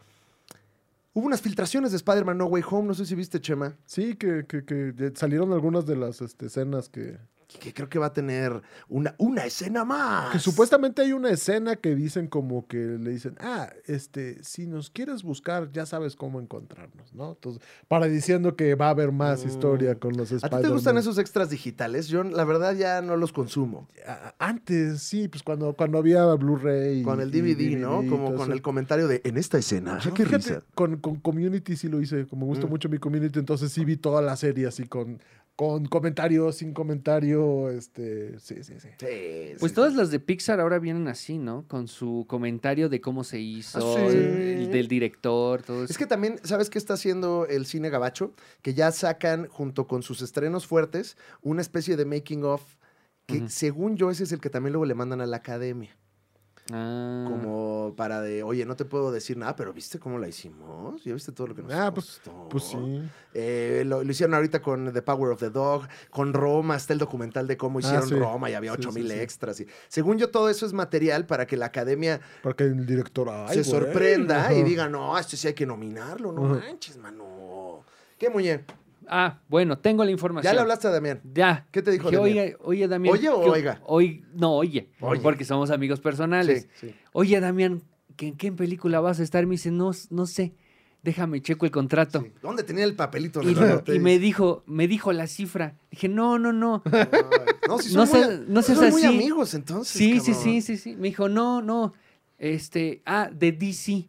C: hubo unas filtraciones de Spider-Man No Way Home, no sé si viste, Chema,
D: Sí, que, que, que de- salieron algunas de las este, escenas que.
C: que, que creo que va a tener una, una escena más.
D: Que supuestamente hay una escena que dicen como que le dicen, ah, este, si nos quieres buscar, ya sabes cómo encontrarnos, ¿no? Entonces, para diciendo que va a haber más historia con los
C: Mm. ¿A
D: spider
C: ti te gustan esos extras digitales? Yo, la verdad, ya no los consumo.
D: Antes, sí, pues cuando, cuando había Blu-ray.
C: Con el
D: y
C: DVD, ¿no?
D: y
C: Como
D: todo
C: con
D: eso. Ah,
C: el comentario de en esta escena.
D: Yo,
C: qué
D: fíjate,
C: risa.
D: con, con Community sí lo hice, como me gusta
C: Mm.
D: mucho mi Community, entonces sí vi toda la serie así con, con comentario, sin comentario, este, sí, sí, sí.
C: Sí,
B: Pues
C: sí,
B: todas
C: sí.
B: las de Pixar ahora vienen así, ¿no? Con su comentario de cómo se hizo,
C: Ah, sí.
B: el- del director, todo eso.
C: Es que también, ¿sabes qué está haciendo el cine gabacho? Que ya sacan, junto con sus estrenos fuertes, una especie de making of que,
B: Ujú.
C: según yo, ese es el que también luego le mandan a la academia.
B: Ah.
C: Como para de, oye, no te puedo decir nada, pero ¿viste cómo la hicimos? ¿Ya viste todo lo que nos
D: Ah,
C: costó?".
D: Pues sí.
C: Eh, lo, lo hicieron ahorita con The Power of the Dog, con Roma, está el documental de cómo
D: Ah,
C: hicieron
D: sí.
C: Roma y había
D: Sí,
C: 8000
D: sí, sí.
C: extras. y- según yo, todo eso es material para que la academia
D: Porque el director. ay,
C: se
D: güey.
C: sorprenda
D: Ajá.
C: y diga, no, a este sí hay que nominarlo, no
D: Ajá.
C: manches, mano. ¿Qué, Muñe?
B: Ah, bueno, tengo la información.
C: Ya le hablaste a Damián.
B: Ya.
C: ¿Qué te dijo
B: Dije,
C: Damián?
B: oye, oye, Damián.
C: ¿Oye o
B: ¿qué-
C: oiga?
B: oi- no, oye,
C: Oye.
B: Porque somos amigos personales.
C: Sí, sí.
B: Oye, Damián, ¿que ¿en qué película vas a estar? Me dice, no, no sé. Déjame checo el contrato.
C: ¿Dónde tenía el papelito?
B: Y,
C: Leonardo
B: y
C: Ortiz?
B: me dijo, me dijo la cifra. Dije, no, no, no.
C: No, sí,
B: no
C: son muy,
B: seas- no seas
C: son muy
B: así.
C: amigos, entonces.
B: Sí, sí,
C: cabrón.
B: sí, sí, sí. Me dijo, no, no. Este, ah, de DC.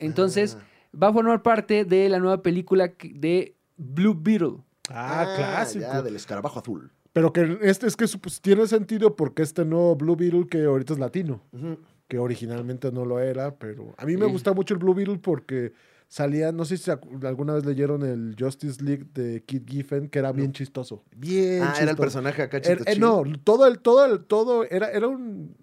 B: Entonces,
C: Ah.
B: va a formar parte de la nueva película que- de Blue Beetle.
D: Ah, clásico.
C: Ya, del escarabajo azul.
D: Pero que este es que su- pues, tiene sentido porque este nuevo Blue Beetle que ahorita es latino,
C: Ujú.
D: que originalmente no lo era, pero a mí me
B: Sí.
D: gusta mucho el Blue Beetle porque salía, no sé si se acu- alguna vez leyeron el Justice League de Kid Giffen, que era bien chistoso. Bien
C: Ah, era el
D: chistoso.
C: personaje acá
D: Era- eh,
C: chido.
D: no, todo el, todo el, todo era, era un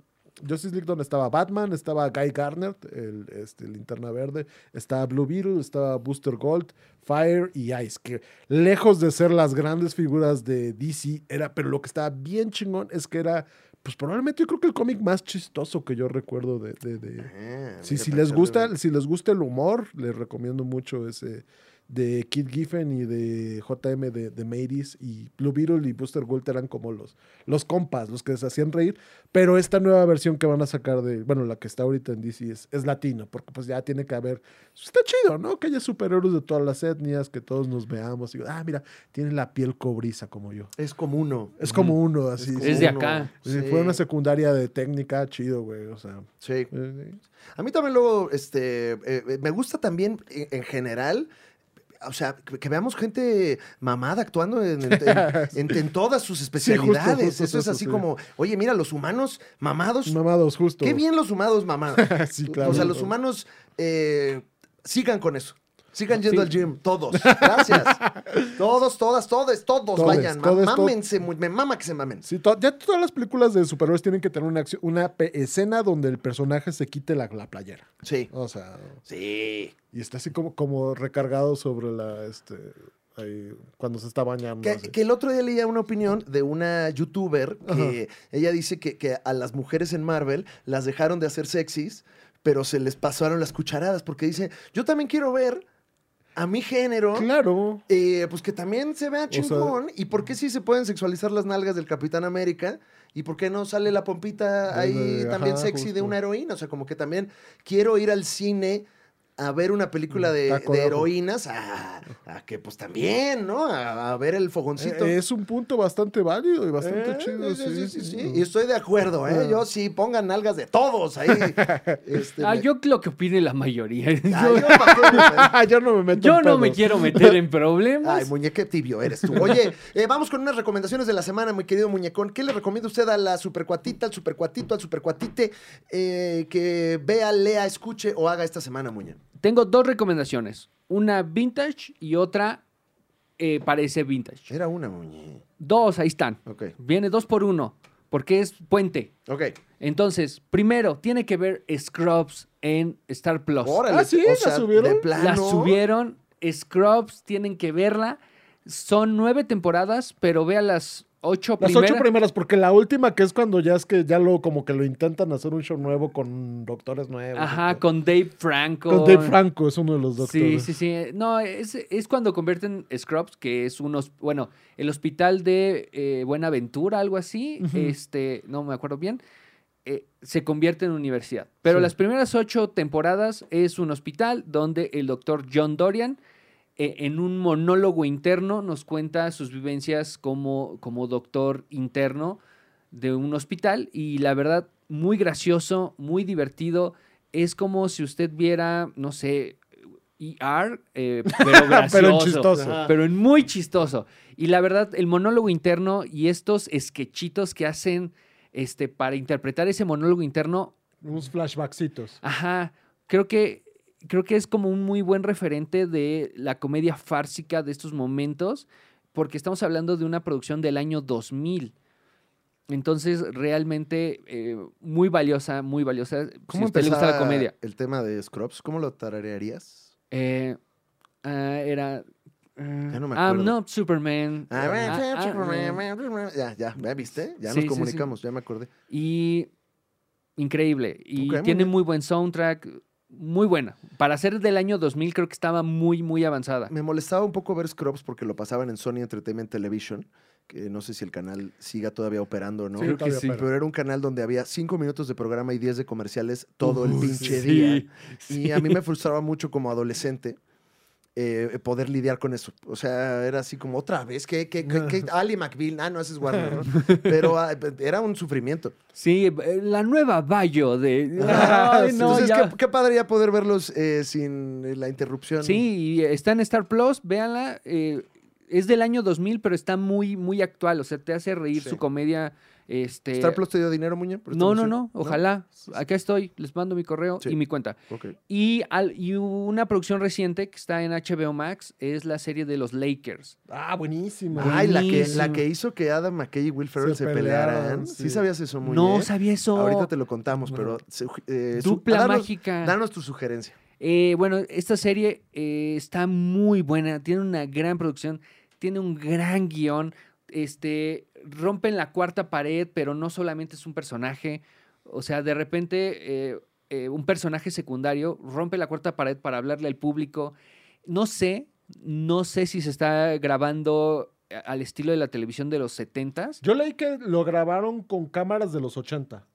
D: Justice League donde estaba Batman, estaba Guy Garner, el este, Linterna Verde, estaba Blue Beetle, estaba Booster Gold, Fire y Ice, que lejos de ser las grandes figuras de DC, era, pero lo que estaba bien chingón es que era, pues probablemente yo creo que el cómic más chistoso que yo recuerdo de... de- de-
C: Ah,
D: Sí,
C: mira,
D: si
C: para
D: les
C: echarle
D: gusta,
C: un-
D: si les gusta el humor, les recomiendo mucho ese de Kid Giffen y de JM de, de Mateys y Blue Beetle y Booster Gold eran como los, los compas, los que les hacían reír, pero esta nueva versión que van a sacar de, bueno, la que está ahorita en DC es, es latino, porque pues ya tiene que haber, pues, está chido, ¿no? Que haya superhéroes de todas las etnias, que todos nos veamos y, ah, mira, tiene la piel cobriza como yo.
C: Es como uno.
D: Es como uno, así.
C: como
B: Es de
C: uno.
B: acá.
D: Sí,
C: Sí,
D: Fue una secundaria de técnica, chido, güey, o sea.
C: sí.
D: eh,
C: A mí también luego, este, eh, eh, me gusta también eh, en general, o sea, que, que veamos gente mamada actuando en, en- en- en- en todas sus especialidades. Eso
D: justo,
C: es
D: justo,
C: así
D: sí.
C: como, oye, mira, los humanos mamados,
D: Mamados, justo.
C: Pues, qué bien los humanos mamados.
D: Sí, claro.
C: O sea, los humanos eh, sigan con eso. Sigan yendo al gym, todos. Gracias. todos, todas, todes, todos,
D: Todes,
C: vayan. ma-
D: todes, to-
C: mámense, mu- me mama que se mamen.
D: Sí, to- ya todas las películas de superhéroes tienen que tener una, acción- una pe- escena donde el personaje se quite la, la playera.
C: Sí.
D: O sea,
C: Sí.
D: y está así como, como recargado sobre la, este, ahí, cuando se está bañando.
C: Que,
D: así.
C: que el otro día leía una opinión de una youtuber que ella dice que, que a las mujeres en Marvel las dejaron de hacer sexys, pero se les pasaron las cucharadas porque dice, yo también quiero ver a mi género.
D: Claro. E-,
C: eh, pues que también se vea
D: sea-
C: chingón. ¿Y por qué sí se pueden sexualizar las nalgas del Capitán América? ¿Y por qué no sale la pompita
D: De-
C: ahí
D: de-
C: también
D: ajá,
C: sexy de
D: justo.
C: una heroína? O sea, como que también quiero ir al cine a ver una película de,
D: Mm, Taco
C: de
D: de ojo.
C: heroínas a, a que pues también, ¿no? A, a ver el fogoncito.
D: Eh, es un punto bastante válido y bastante
C: Eh,
D: chido.
C: sí, sí, sí, sí. Y estoy de acuerdo, ¿eh? Yo sí, pongan nalgas de todos ahí. Este,
B: Ah,
C: me-
B: yo lo que opine la mayoría.
C: Ah, yo pa' qué, güey.
D: yo Ah, no me meto
B: Yo
D: en
B: no me
D: pedos.
B: quiero meter en problemas.
C: Ay, muñeque tibio eres tú. Oye, eh, vamos con unas recomendaciones de la semana, mi querido muñecón. ¿Qué le recomienda usted a la supercuatita, al supercuatito, al supercuatite eh, que vea, lea, escuche o haga esta semana, muñe?
B: Tengo dos recomendaciones. Una vintage y otra eh, parece vintage.
C: Era una, muñe.
B: Dos, ahí están.
C: Ok.
B: Viene dos por uno, porque es puente.
C: Ok.
B: Entonces, primero, tiene que ver Scrubs en Star Plus.
C: Órale.
D: Ah, sí,
C: o
D: ¿la
C: sea,
D: subieron?
C: de plano.
B: La subieron, Scrubs, tienen que verla. Son nueve temporadas, pero vea las ocho
D: Las
B: primeras.
D: ocho primeras, porque la última que es cuando ya es que ya lo como que lo intentan hacer un show nuevo con doctores nuevos.
B: Ajá,
D: y todo.
B: con Dave Franco.
D: Con Dave Franco es uno de los
B: Sí,
D: doctores.
B: sí, sí. No, es, es cuando convierten Scrubs, que es unos, bueno, el hospital de eh, Buenaventura, algo así, este, no me acuerdo bien, eh, se convierte en universidad. Pero
D: Sí.
B: las primeras ocho temporadas es un hospital donde el doctor John Dorian, eh, en un monólogo interno, nos cuenta sus vivencias como, como doctor interno de un hospital y la verdad, muy gracioso, muy divertido. Es como si usted viera, no sé, ER, eh, pero gracioso.
D: Pero en chistoso.
C: Ajá.
B: Pero en muy chistoso. Y la verdad, el monólogo interno y estos sketchitos que hacen este, para interpretar ese monólogo interno,
D: Unos flashbacksitos.
B: ajá, creo que, creo que es como un muy buen referente de la comedia fársica de estos momentos, porque estamos hablando de una producción del año 2000. Entonces, realmente eh, muy valiosa, muy valiosa. si a usted le gusta la
C: empezaba
B: comedia.
C: El tema de Scrubs, ¿cómo lo tararearías?
B: Eh, ah, era.
C: Ya no me
B: I'm
C: acuerdo.
B: not Superman. Ah, ah, mm.
C: Ya, ya, ¿ya viste? Ya
B: Sí, sí, sí.
C: nos comunicamos, ya me acordé.
B: Y increíble. Y
C: Ok, muy
B: tiene
C: bien.
B: muy buen soundtrack. Muy buena. Para ser del año 2000 creo que estaba muy, muy avanzada.
C: Me molestaba un poco ver Scrubs porque lo pasaban en Sony Entertainment Television, que no sé si el canal siga todavía operando o no.
D: Sí, Creo que
C: pero,
D: sí.
C: era un canal donde había cinco minutos de programa y 10 de comerciales todo el pinche
B: sí,
C: día. Y a mí me frustraba mucho como adolescente eh, poder lidiar con eso. O sea, era así como otra vez, que Ali McBeal, ah, no, ese es Warner, ¿no? Pero ah, era un sufrimiento.
B: Sí, eh, la nueva Bayo de...
C: Ah,
B: Ay, no,
C: Entonces,
B: ya.
C: qué, qué padre ya poder verlos eh, sin eh, la interrupción.
B: Sí, y está en Star Plus, véanla. eh, es del año 2000, pero está muy, muy actual. O sea, te hace reír
C: Sí.
B: su comedia. Este,
C: ¿Star Plus te dio dinero, Muñe? por esta
B: No, no,
C: mención?
B: no, ojalá. Acá estoy, les mando mi correo
C: Sí.
B: y mi cuenta.
C: Ok.
B: Y, al- y una producción reciente que está en HBO Max es la serie de los Lakers.
D: Ah, buenísima.
C: Ay, la que, la
B: Buenísimo.
C: que hizo que Adam McKay y Will Ferrell se,
D: Se
C: pelearan.
D: pelearon,
C: Sí.
D: sí.
C: sabías eso, muy
B: no
C: bien.
B: sabía eso.
C: Ahorita te lo contamos, pero... se- eh, su-
B: Dupla
C: danos-
B: mágica.
C: Danos tu sugerencia.
B: Eh, bueno, esta serie eh, está muy buena, tiene una gran producción, tiene un gran guión, este, rompen la cuarta pared, pero no solamente es un personaje, o sea, de repente eh, eh, un personaje secundario rompe la cuarta pared para hablarle al público. No sé, no sé si se está grabando a- al estilo de la televisión de los 70s.
D: Yo leí que lo grabaron con cámaras de los 80.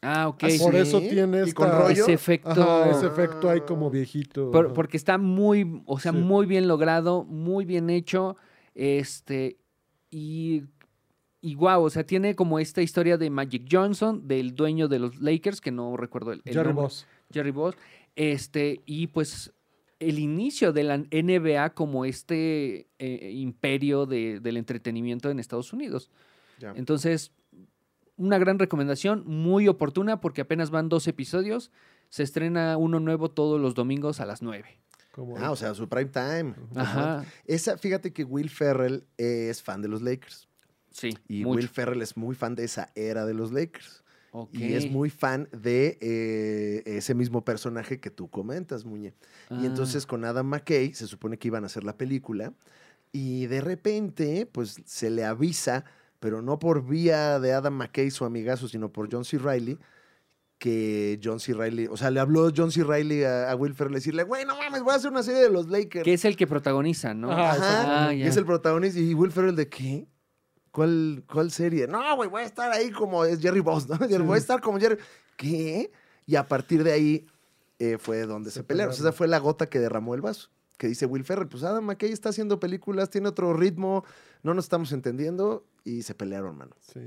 B: Ah, ok.
C: Ah, sí.
D: Por eso tiene
C: ¿Y con
D: esta-
C: rollo?
B: Ese efecto.
D: Ajá, ese efecto ahí como viejito.
B: Ah. Por-
D: ajá.
B: porque está muy, o sea,
D: Sí.
B: muy bien logrado, muy bien hecho. Este, y, y wow, o sea, tiene como esta historia de Magic Johnson, del dueño de los Lakers, que no recuerdo el, el
D: Jerry
B: nombre.
D: Boss.
B: Jerry Boss. Este, y pues el inicio de la NBA como este eh, imperio de- del entretenimiento en Estados Unidos.
C: Ya.
B: Entonces, una gran recomendación, muy oportuna, porque apenas van dos episodios. Se estrena uno nuevo todos los domingos a las 9.
D: como-
C: Ah, o sea, su prime time.
B: Ajá.
C: Esa, fíjate que Will Ferrell es fan de los Lakers.
B: Sí,
C: Y
B: mucho.
C: Will Ferrell es muy fan de esa era de los Lakers.
B: Ok.
C: Y es muy fan de eh, ese mismo personaje que tú comentas, Muñe.
B: Ah,
C: Y entonces con Adam McKay se supone que iban a hacer la película y de repente, pues se le avisa, pero no por vía de Adam McKay, su amigazo, sino por John C. Riley, que John C. Riley, o sea, le habló John C. Riley a, a Will Ferrell decirle, güey, no mames, voy a hacer una serie de los Lakers.
B: Que es el que protagoniza, ¿no?
D: Ajá,
C: Ajá,
B: Ah,
C: y
B: ya.
C: es el protagonista. Y Will Ferrell de qué? ¿Cuál, cuál serie? No, güey, voy a estar ahí como es Jerry Boss, ¿no? Voy a estar como Jerry. ¿Qué? Y a partir de ahí eh, fue donde se, pelearon. O sea, esa fue la gota que derramó el vaso. Que dice Will Ferrell, pues Adam McKay está haciendo películas, tiene otro ritmo, no nos estamos entendiendo. Y se pelearon, mano.
D: Sí,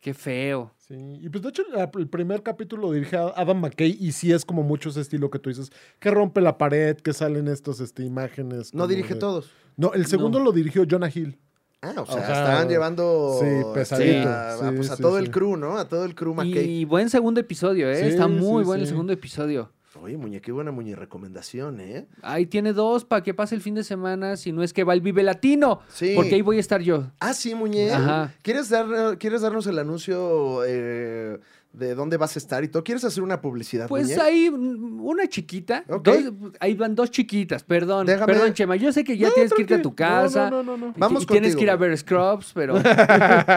B: Qué feo.
D: sí. Y pues de hecho la- el primer capítulo lo dirige a Adam McKay y sí es como mucho ese estilo que tú dices, que rompe la pared, que salen estas este, imágenes.
C: No
D: como
C: dirige
D: de-
C: todos.
D: No, el segundo
B: No.
D: lo dirigió Jonah Hill.
C: Ah, o sea,
D: O sea,
C: estaban llevando
D: sí,
C: este,
D: pesadito.
C: a, a-
D: Sí,
C: pues, a
D: sí,
C: todo
D: sí.
C: el crew, ¿no? A todo el crew McKay.
B: Y buen segundo episodio, ¿eh?
D: Sí,
B: Está muy
D: sí,
B: bueno el
D: sí.
B: segundo episodio.
C: Oye, muñe, qué buena muñe recomendación, ¿eh?
B: Ahí tiene dos para que pase el fin de semana, si no es que va el Vive Latino.
C: Sí.
B: Porque ahí voy a estar yo.
C: Ah, sí, Muñe.
B: Ajá.
C: ¿Quieres, dar, ¿Quieres darnos el anuncio eh, de dónde vas a estar y todo? ¿Quieres hacer una publicidad,
B: Pues
C: Muñe?
B: ahí mm, una chiquita.
C: Ok.
B: dos- ahí van dos chiquitas, perdón.
C: Déjame-
B: Perdón, Chema. Yo sé que ya tienes que irte a tu
D: tranqui. No,
B: casa.
D: no, no, no, no.
B: y-
C: Vamos
B: y tienes que ir
C: contigo.
B: a ver Scrubs, pero.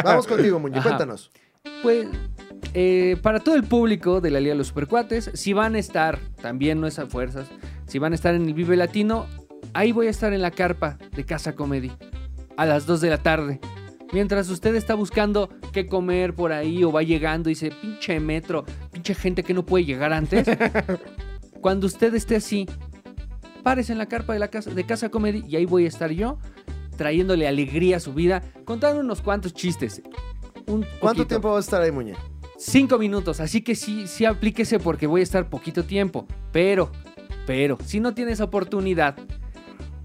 C: Vamos contigo, Muñe.
B: Ajá.
C: Cuéntanos.
B: Pues eh, para todo el público de la Liga de los Supercuates, si van a estar, también no es a fuerzas, si van a estar en el Vive Latino, ahí voy a estar en la carpa de Casa Comedy a las 2 de la tarde. Mientras usted está buscando qué comer por ahí o va llegando y dice, pinche metro, pinche gente que no puede llegar antes. Cuando usted esté así, párese en la carpa de, la casa, de Casa Comedy y ahí voy a estar yo trayéndole alegría a su vida, contando unos cuantos chistes. Un
C: ¿Cuánto
B: poquito
C: tiempo vas a estar ahí, Muñe?
B: cinco minutos, así que sí, sí aplíquese porque voy a estar poquito tiempo. Pero, pero, si no tienes oportunidad,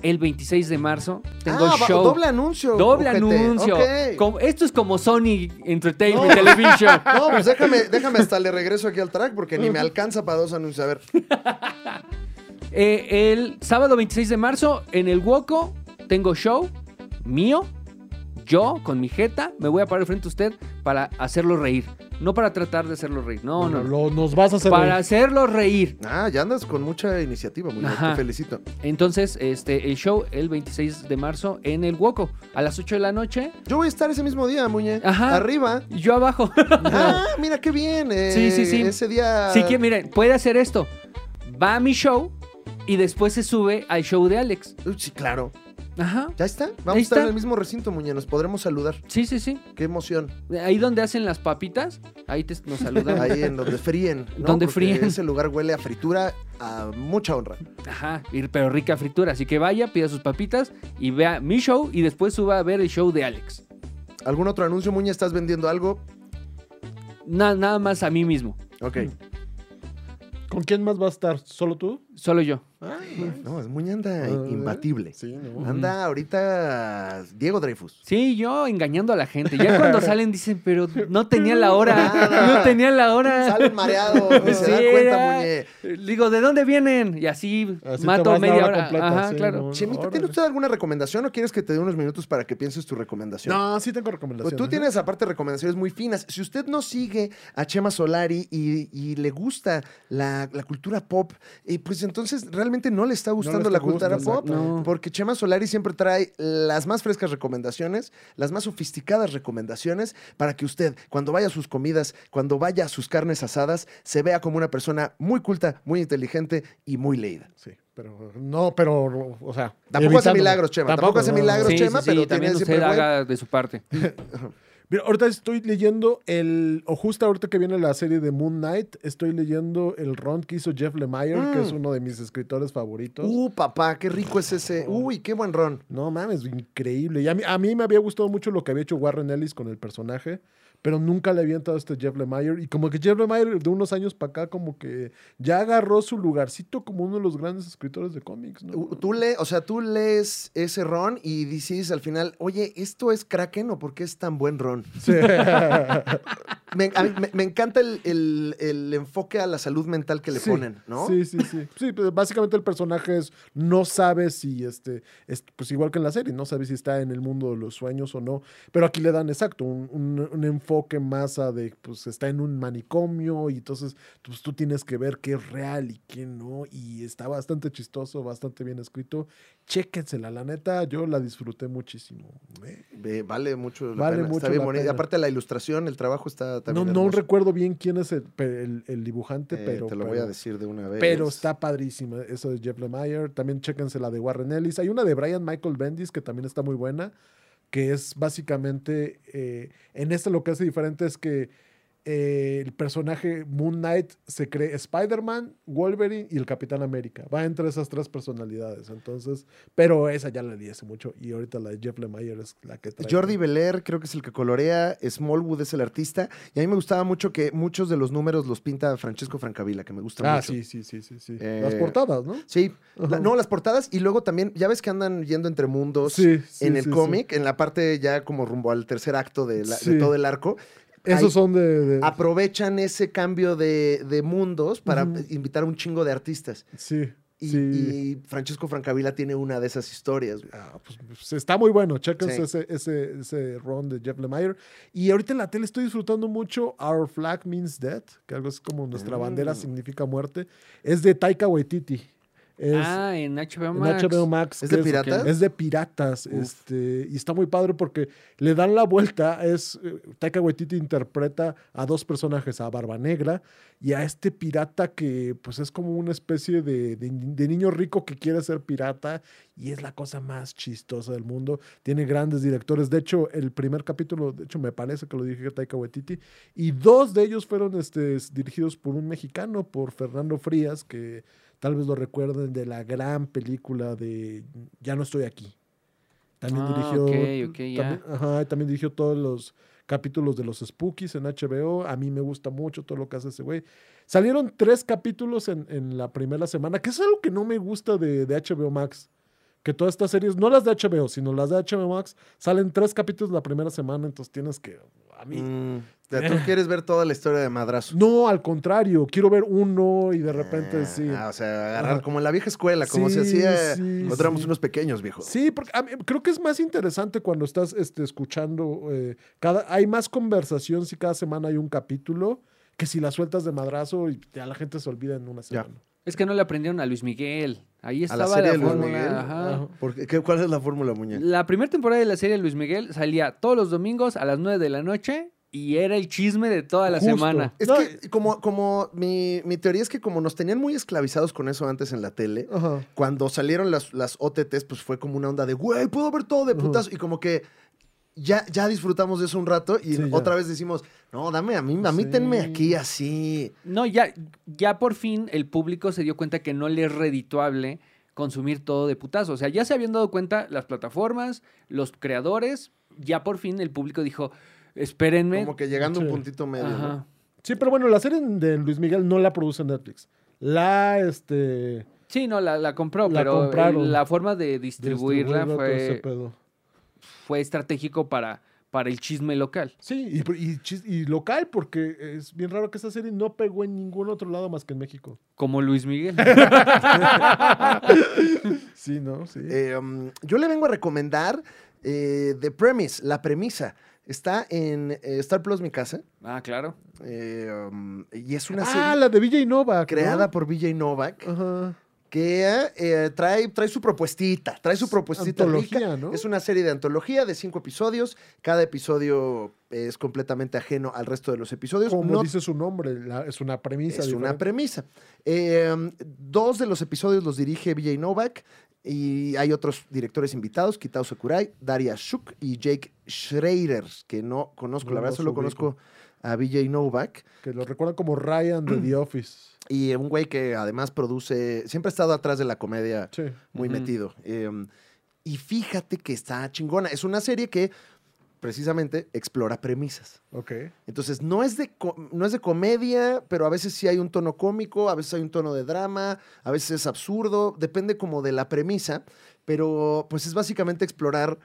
B: el 26 de marzo tengo
C: Ah, va-
B: show.
C: doble anuncio.
B: Doble
C: ojete.
B: anuncio.
C: Ok.
B: Como- esto es como Sony Entertainment Television.
C: No, pues déjame, déjame hasta le regreso aquí al track porque ni me alcanza para dos anuncios. A ver,
B: Eh, el sábado 26 de marzo en el Woco tengo show mío. Yo, con mi jeta, me voy a parar frente a usted para hacerlo reír. No para tratar de hacerlo reír. No, no. no.
D: Lo- nos vas a hacer...
B: Para hacerlo reír.
C: ah, ya andas con mucha iniciativa, Muñe.
B: Ajá.
C: Te felicito.
B: Entonces, este, el show el 26 de marzo en el Woco, a las 8 de la noche,
C: Yo voy a estar ese mismo día, Muñe.
B: Ajá.
C: Arriba.
B: y yo abajo.
C: Ah, mira qué bien. eh,
B: Sí, sí, sí.
C: Ese día.
B: Así que, miren, puede hacer esto. Va a mi show y después se sube al show de Alex.
C: Uy, Sí, claro.
B: Ajá.
C: Ya está. Vamos
B: Ahí
C: a estar
B: está.
C: en el mismo recinto, Muñe. Nos podremos saludar.
B: Sí, sí, sí.
C: Qué emoción.
B: Ahí donde hacen las papitas, ahí te, nos saludamos.
C: Ahí en donde fríen. ¿no?
B: Donde
C: Porque
B: fríen.
C: Ese lugar huele a fritura a mucha honra.
B: Ajá, y- pero rica fritura. Así que vaya, pida sus papitas y vea mi show y después suba a ver el show de Alex.
C: ¿Algún otro anuncio, Muña? ¿Estás vendiendo algo?
B: Na- nada más a mí mismo,
C: Ok.
D: ¿Con quién más vas a estar? ¿Solo tú?
B: solo yo.
C: No, es Muña anda
D: Ah,
C: imbatible.
D: Sí, no. Mm.
C: Anda ahorita Diego Dreyfus.
B: Sí, yo engañando a la gente. Ya cuando salen dicen, pero no tenía la hora. No tenía la hora.
C: Salen mareados.
B: Sí,
C: se dan cuenta, Muñe.
B: era- Digo, ¿de dónde vienen? Y así,
D: Así te
B: mato
D: vas la
B: media
D: hora
B: hora.
D: completa,
B: Ajá,
D: sí,
B: claro.
D: no.
C: Chemita,
D: Órale.
C: ¿tiene usted alguna recomendación o quieres que te dé unos minutos para que pienses tu recomendación?
D: No, sí tengo
C: Pues
D: recomendaciones.
C: tú
D: ¿eh?
C: tienes aparte recomendaciones muy finas. Si usted no sigue a Chema Solari y, y le gusta la, la cultura pop, eh, pues entonces realmente no le está gustando
D: está
C: la cultura
D: gustando,
C: pop,
B: exacto. No.
C: porque Chema Solari siempre trae las más frescas recomendaciones, las más sofisticadas recomendaciones, para que usted cuando vaya a sus comidas, cuando vaya a sus carnes asadas, se vea como una persona muy culta, muy inteligente y muy leída.
D: Sí, pero no, pero, o sea.
C: Tampoco hace
D: evitando.
C: milagros, Chema. Tampoco hace
D: no, no.
C: milagros,
B: Sí,
C: Chema,
B: sí, sí,
C: pero tiene
B: también
C: siempre
B: usted
C: buen-
B: haga de su parte.
D: Mira, ahorita estoy leyendo el. O justo ahorita que viene la serie de Moon Knight, estoy leyendo el ron que hizo Jeff Lemire, que
C: Mm.
D: es uno de mis escritores favoritos.
C: Uh, papá, qué rico es ese. Uy, qué buen ron.
D: No mames, increíble. Y a mí, a mí me había gustado mucho lo que había hecho Warren Ellis con el personaje, pero nunca le había entrado este Jeff Lemire. Y como que Jeff Lemire, de unos años para acá, como que ya agarró su lugarcito como uno de los grandes escritores de cómics, ¿no?
C: U- Tú le, o sea, tú lees ese ron y dices al final, oye, ¿esto es Kraken o por qué es tan buen ron?
D: Sí.
C: Me, a mí- me- me encanta el, el- el enfoque a la salud mental que le
D: Sí,
C: ponen, ¿no?
D: Sí, sí, sí. Sí, pues, básicamente el personaje es, no sabe si, este, es, pues igual que en la serie, no sabe si está en el mundo de los sueños o no. Pero aquí le dan exacto, un, un- un enfoque más a de, pues está en un manicomio y entonces pues, tú tienes que ver qué es real y qué no. Y está bastante chistoso, bastante bien escrito. Chéquensela, la neta, yo la disfruté muchísimo. ¿eh?
C: Ve- Vale mucho la
D: Vale
C: pena.
D: mucho
C: está bien
D: la
C: bonito.
D: pena.
C: Aparte la ilustración, el trabajo está
D: No,
C: también
D: no
C: hermoso.
D: recuerdo bien quién es el, pe- el- el dibujante,
C: Eh,
D: pero...
C: te lo voy
D: pero-
C: a decir de una vez.
D: Pero está padrísima. Eso de Jeff Lemire. También chéquense la de Warren Ellis. Hay una de Brian Michael Bendis que también está muy buena. Que es básicamente. eh, en esta lo que hace diferente es que eh, el personaje Moon Knight se cree Spider-Man, Wolverine y el Capitán América. Va entre esas tres personalidades. Entonces. Pero esa ya la leí hace mucho. Y ahorita la de Jeff Lemire es la que trae.
C: Jordi Belair creo que es el que colorea, Smallwood es el artista, y a mí me gustaba mucho que muchos de los números los pinta Francesco Francavila, que me gusta
D: Ah,
C: mucho.
D: sí, sí, sí, sí. sí.
C: Eh,
D: Las portadas, ¿no?
C: Sí, la-
D: Ujú.
C: no, las portadas y luego también, ya ves que andan yendo entre mundos
D: Sí, sí,
C: en
D: sí,
C: el
D: sí.
C: cómic, en la parte ya como rumbo al tercer acto de, la- de
D: Sí.
C: todo el arco.
D: Esos
C: Ahí
D: son de. de-
C: Aprovechan ese cambio de, de mundos para
D: Ujú.
C: invitar a un chingo de artistas.
D: sí.
C: Y,
D: sí.
C: y Francesco Francavila tiene una de esas historias. güey.
D: Ah, pues, pues, está muy bueno. Chéquense
C: Sí.
D: ese, ese, ese ron de Jeff Lemire. Y ahorita en la tele estoy disfrutando mucho Our Flag Means Death, que algo es como nuestra bandera significa muerte. Es de Taika Waititi. Es
B: ah, en HBO
D: en
B: Max.
D: HBO Max.
C: ¿Es
D: que
C: de piratas?
D: Es de piratas. Este, y está muy padre porque le dan la vuelta. Es, eh, Taika Waititi interpreta a dos personajes, a Barba Negra y a este pirata que pues es como una especie de, de- de niño rico que quiere ser pirata y es la cosa más chistosa del mundo. Tiene grandes directores. De hecho, el primer capítulo, de hecho me parece que lo dije Taika Waititi, y dos de ellos fueron este, s- dirigidos por un mexicano, por Fernando Frías, que tal vez lo recuerden de la gran película de Ya no estoy aquí. También
B: Ah,
D: dirigió.
B: ok, ok, ya.
D: también- ajá, también dirigió todos los capítulos de los Spookies en HBO. A mí me gusta mucho todo lo que hace ese güey. Salieron tres capítulos en, en la primera semana, que es algo que no me gusta de, de HBO Max. Que todas estas series, no las de HBO, sino las de HBO Max, salen tres capítulos la primera semana, entonces tienes que. A mí,
C: Mm, o sea, Tú quieres ver toda la historia de
B: Mm.
C: madrazo.
D: no, al contrario, quiero ver uno y de
B: Eh,
D: repente
C: Ah,
D: sí.
C: ah, o sea, agarrar
D: Ajá.
C: como en la vieja escuela, como se
D: Sí,
C: hacía
D: sí,
C: cuando éramos
D: sí.
C: unos pequeños, viejo.
D: Sí, porque a mí- creo que es más interesante cuando estás este, escuchando. eh, cada, hay más conversación si cada semana hay un capítulo que si la sueltas de madrazo y ya la gente se olvida en una
C: Ya.
D: semana.
B: Es que no le aprendieron a Luis Miguel. Ahí
C: A la
B: estaba
C: serie
B: la,
C: de Luis
B: fórmula.
C: Miguel.
B: ajá.
D: Ajá.
C: Porque, ¿qué- ¿Cuál es la fórmula, muñeca?
B: La primera temporada de la serie de Luis Miguel salía todos los domingos a las 9 de la noche y era el chisme de toda la
D: Justo.
B: semana.
C: Es
D: No, eh,
C: que como, como mi, mi teoría es que como nos tenían muy esclavizados con eso antes en la tele,
D: Ajá.
C: cuando salieron las, las OTTs, pues fue como una onda de, güey, puedo ver todo de
D: Ujú.
C: putas. Y como que ya, ya disfrutamos de eso un rato y
D: Sí, ya.
C: otra vez decimos, no, dame a mí, a mí
D: Sí.
C: tenme aquí así.
B: No, ya, ya por fin el público se dio cuenta que no le es redituable consumir todo de putazo. O sea, ya se habían dado cuenta las plataformas, los creadores, ya por fin el público dijo, espérenme.
C: Como que llegando a un
D: Sí.
C: puntito medio.
B: Ajá.
C: ¿no?
D: Sí, pero bueno, la serie de Luis Miguel no la produce Netflix. La, este...
B: Sí, no, la, la compró,
D: La
B: pero eh,
D: compraron.
B: la forma de distribuirla
D: distribuirla, todo ese
B: fue,
D: pedo.
B: fue estratégico para, para el chisme local.
D: Sí, y, y chis- y local, porque es bien raro que esa serie no pegó en ningún otro lado más que en México.
B: Como Luis Miguel.
D: Sí, ¿no? Sí.
C: Eh, um, yo le vengo a recomendar eh, The Premise, la premisa. Está en eh, Star Plus Mi Casa
B: ah, claro.
C: eh, um, y es una
D: ah,
C: serie
D: la de Villa Innova. ¿no?
C: creada por Villa Novak.
D: Ajá.
C: que eh, trae, trae su propuestita, trae su propuestita
D: Antología,
C: rica.
D: ¿no?
C: Es una serie de antología de cinco episodios. Cada episodio es completamente ajeno al resto de los episodios.
D: Como
C: No-
D: dice su nombre, la- es una premisa.
C: es una
D: diferente.
C: premisa. Eh, dos de los episodios los dirige Vijay Novak y hay otros directores invitados, Kitao Sakurai, Daria Shuk y Jake Schrader, que no conozco,
D: No
C: la verdad
D: los
C: solo
D: ubico.
C: conozco a Vijay Novak.
D: Que lo recuerdan como Ryan de The Office.
C: Y un güey que además produce, siempre ha estado atrás de la comedia
D: Sí.
C: muy
B: Ujú.
C: metido. Eh, y fíjate que está chingona. Es una serie que precisamente explora premisas.
D: Ok.
C: Entonces, no es, de co- no es de comedia, pero a veces sí hay un tono cómico, a veces hay un tono de drama, a veces es absurdo, depende como de la premisa, pero pues es básicamente explorar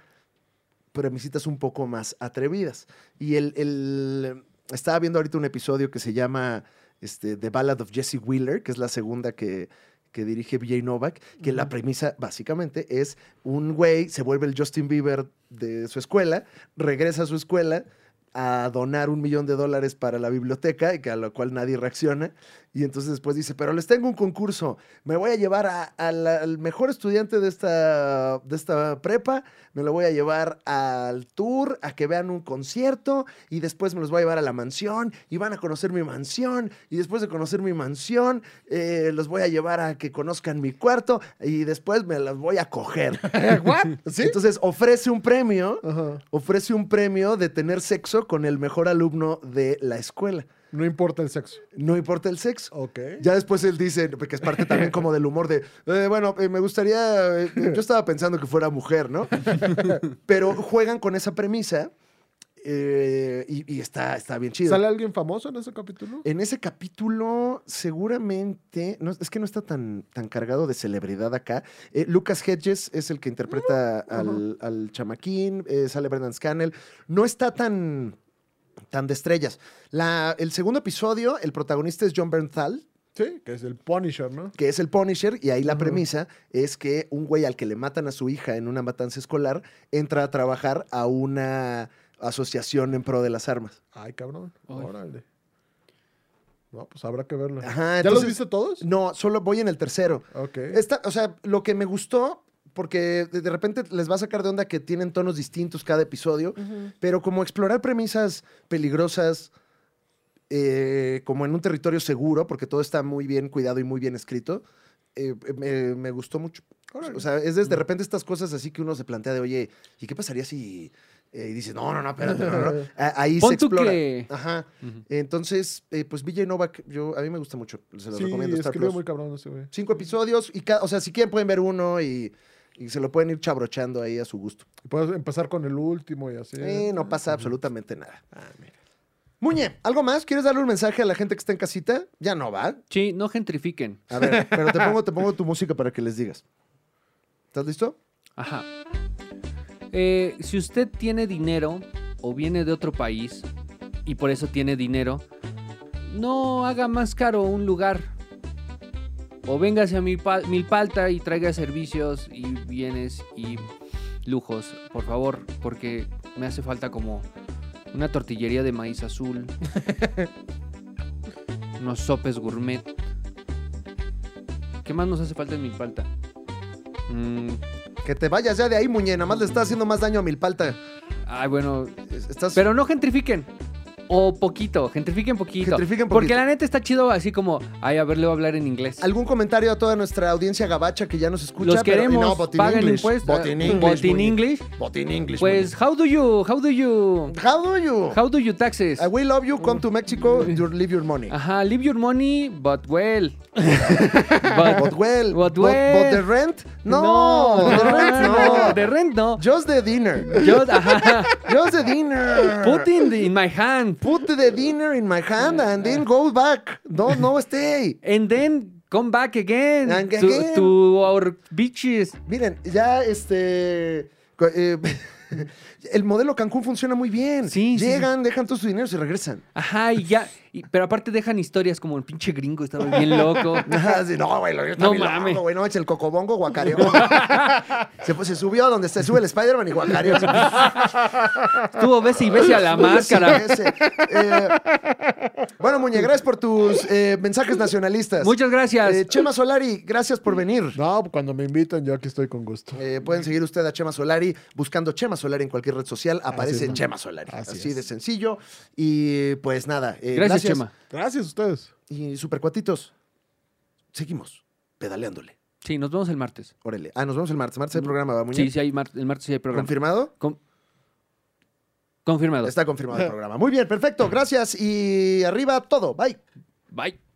C: premisitas un poco más atrevidas. Y el, el- estaba viendo ahorita un episodio que se llama este, The Ballad of Jesse Wheeler, que es la segunda que, que dirige Vijay Novak, que la premisa básicamente es un güey se vuelve el Justin Bieber de su escuela, regresa a su escuela a donar un millón de dólares para la biblioteca, y que a lo cual nadie reacciona, y entonces después dice, pero les tengo un concurso, me voy a llevar a- a la- al mejor estudiante de esta, de esta prepa, me lo voy a llevar al tour, a que vean un concierto, y después me los voy a llevar a la mansión, y van a conocer mi mansión, y después de conocer mi mansión, eh, los voy a llevar a que conozcan mi cuarto, y después me los voy a coger.
D: ¿What? ¿Sí?
C: Entonces ofrece un premio
D: Ajá.
C: ofrece un premio de tener sexo con el mejor alumno de la escuela.
D: No importa el sexo.
C: No importa el sexo.
D: Ok.
C: Ya después él dice, porque es parte también como del humor de, "Eh, bueno, eh, me gustaría, eh, yo estaba pensando que fuera mujer, ¿no? Pero juegan con esa premisa eh, y, y está, está bien chido.
D: ¿Sale alguien famoso en ese capítulo?
C: En ese capítulo, seguramente, no, es que no está tan, tan cargado de celebridad acá. Eh, Lucas Hedges es el que interpreta al, al chamaquín, eh, sale Brendan Scannell. No está tan, tan de estrellas. La- el segundo episodio, el protagonista es John Bernthal,
D: Sí, que es el Punisher, ¿no?
C: que es el Punisher, y ahí la premisa es que un güey al que le matan a su hija en una matanza escolar entra a trabajar a una asociación en pro de las armas.
D: Ay, cabrón.
B: Ay.
D: Órale. No, pues habrá que verlo.
C: Ajá,
D: ¿Ya
C: entonces-
D: los viste todos?
C: No, solo voy en el tercero.
D: Ok.
C: Esta, o sea, lo que me gustó, porque de de repente les va a sacar de onda que tienen tonos distintos cada episodio, pero como explorar premisas peligrosas, eh, como en un territorio seguro, porque todo está muy bien cuidado y muy bien escrito, eh, me, me gustó mucho.
D: Órale.
C: O sea, es de, de repente estas cosas así que uno se plantea de, oye, ¿y qué pasaría si...? eh, y dice, no, no, no, espérate, no, no, no". A- Ahí se
B: Pon tú
C: explora.
B: que-
C: Ajá.
B: Ujú.
C: Entonces, eh, pues Villa Novak, yo, a mí me gusta mucho. Se los
D: sí,
C: recomiendo. Star
D: escribe
C: Plus.
D: muy cabrón ese güey.
C: Cinco episodios y cada, o sea, si quieren pueden ver uno y, y se lo pueden ir chabrochando ahí a su gusto.
D: Y puedes empezar con el último y así.
C: Eh, no pasa absolutamente nada.
B: Ah,
C: Muñe, ¿algo más? ¿Quieres darle un mensaje a la gente que está en casita? Ya no va.
B: Sí, no gentrifiquen.
C: A ver, pero te pongo, te pongo tu música para que les digas. ¿Estás listo?
B: Ajá. Eh, si usted tiene dinero o viene de otro país y por eso tiene dinero, no haga más caro un lugar. O véngase a Milpa- Milpalta y traiga servicios y bienes y lujos, por favor, porque me hace falta como una tortillería de maíz azul, unos sopes gourmet. ¿Qué más nos hace falta en Milpalta? Mm,
C: Que te vayas ya de ahí, Muñe. Nada más le estás haciendo más daño a Milpalta.
B: Ay, bueno.
C: Es- Estás...
B: Pero no gentrifiquen. O poquito, gentrifiquen poquito.
C: Gentrifiquen
B: Porque
C: poquito.
B: la neta está chido así como, ay, a ver, le voy a hablar en inglés.
C: ¿Algún comentario a toda nuestra audiencia gabacha que ya nos escucha?
B: Los
C: Pero- y
B: queremos,
C: no, but in
B: paguen
C: English,
B: impuestos.
C: but in English,
B: But in
C: Muñe.
B: English.
C: But in English,
B: Pues, how do you, how do you,
C: Muñe. How do you?
B: how do you taxes?
C: I will love you, come to Mexico, you leave your money.
B: Ajá, leave your money, but well.
C: But
B: but,
C: well,
B: But
C: but,
B: well.
C: but the rent? No, the rent
B: no,
C: no.
B: the rent no.
C: Just the dinner.
B: Yo, ajá,
C: Just the dinner.
B: put in, the- in my hand.
C: Put the dinner in my hand and then go back. No, no, stay.
B: And then come back again,
C: And
B: to,
C: again.
B: to our beaches.
C: Miren, ya este. co- eh, el modelo Cancún funciona muy bien.
B: Sí, sí,
C: Llegan, dejan todo su dinero y se regresan.
B: Ajá, y ya. y- pero aparte dejan historias como el pinche gringo estaba bien loco.
C: Ajá, sí, no, güey, lo está
B: No
C: bien
B: mames.
C: loco, güey, no, es el cocobongo guacareó. se, pues, se subió a donde se sube el Spider-Man y guacareó.
B: Estuvo bese y bese a la máscara.
C: Sí, ese. Eh, bueno, Muñe, gracias por tus eh, mensajes nacionalistas.
B: Muchas gracias.
C: Eh, Chema Solari, gracias por venir.
D: No, cuando me invitan, yo aquí estoy con gusto.
C: Eh, pueden seguir usted a Chema Solari buscando Chema Solari en cualquier red social. Aparece
D: es.
C: Chema Solari.
D: Así
C: Así,
D: es.
C: de sencillo. Y pues nada. eh,
B: Gracias, Chema.
D: Gracias a ustedes.
C: Y supercuatitos, seguimos pedaleándole.
B: Sí, nos vemos el martes.
C: Órale. Ah, nos vemos el martes. Martes el programa, ¿va, Muñe?
B: Sí, sí, hay mar- el martes sí hay programa.
C: ¿Confirmado?
B: Con- Confirmado.
C: Está confirmado el programa. Muy bien, perfecto. Gracias y arriba todo. Bye.
B: Bye.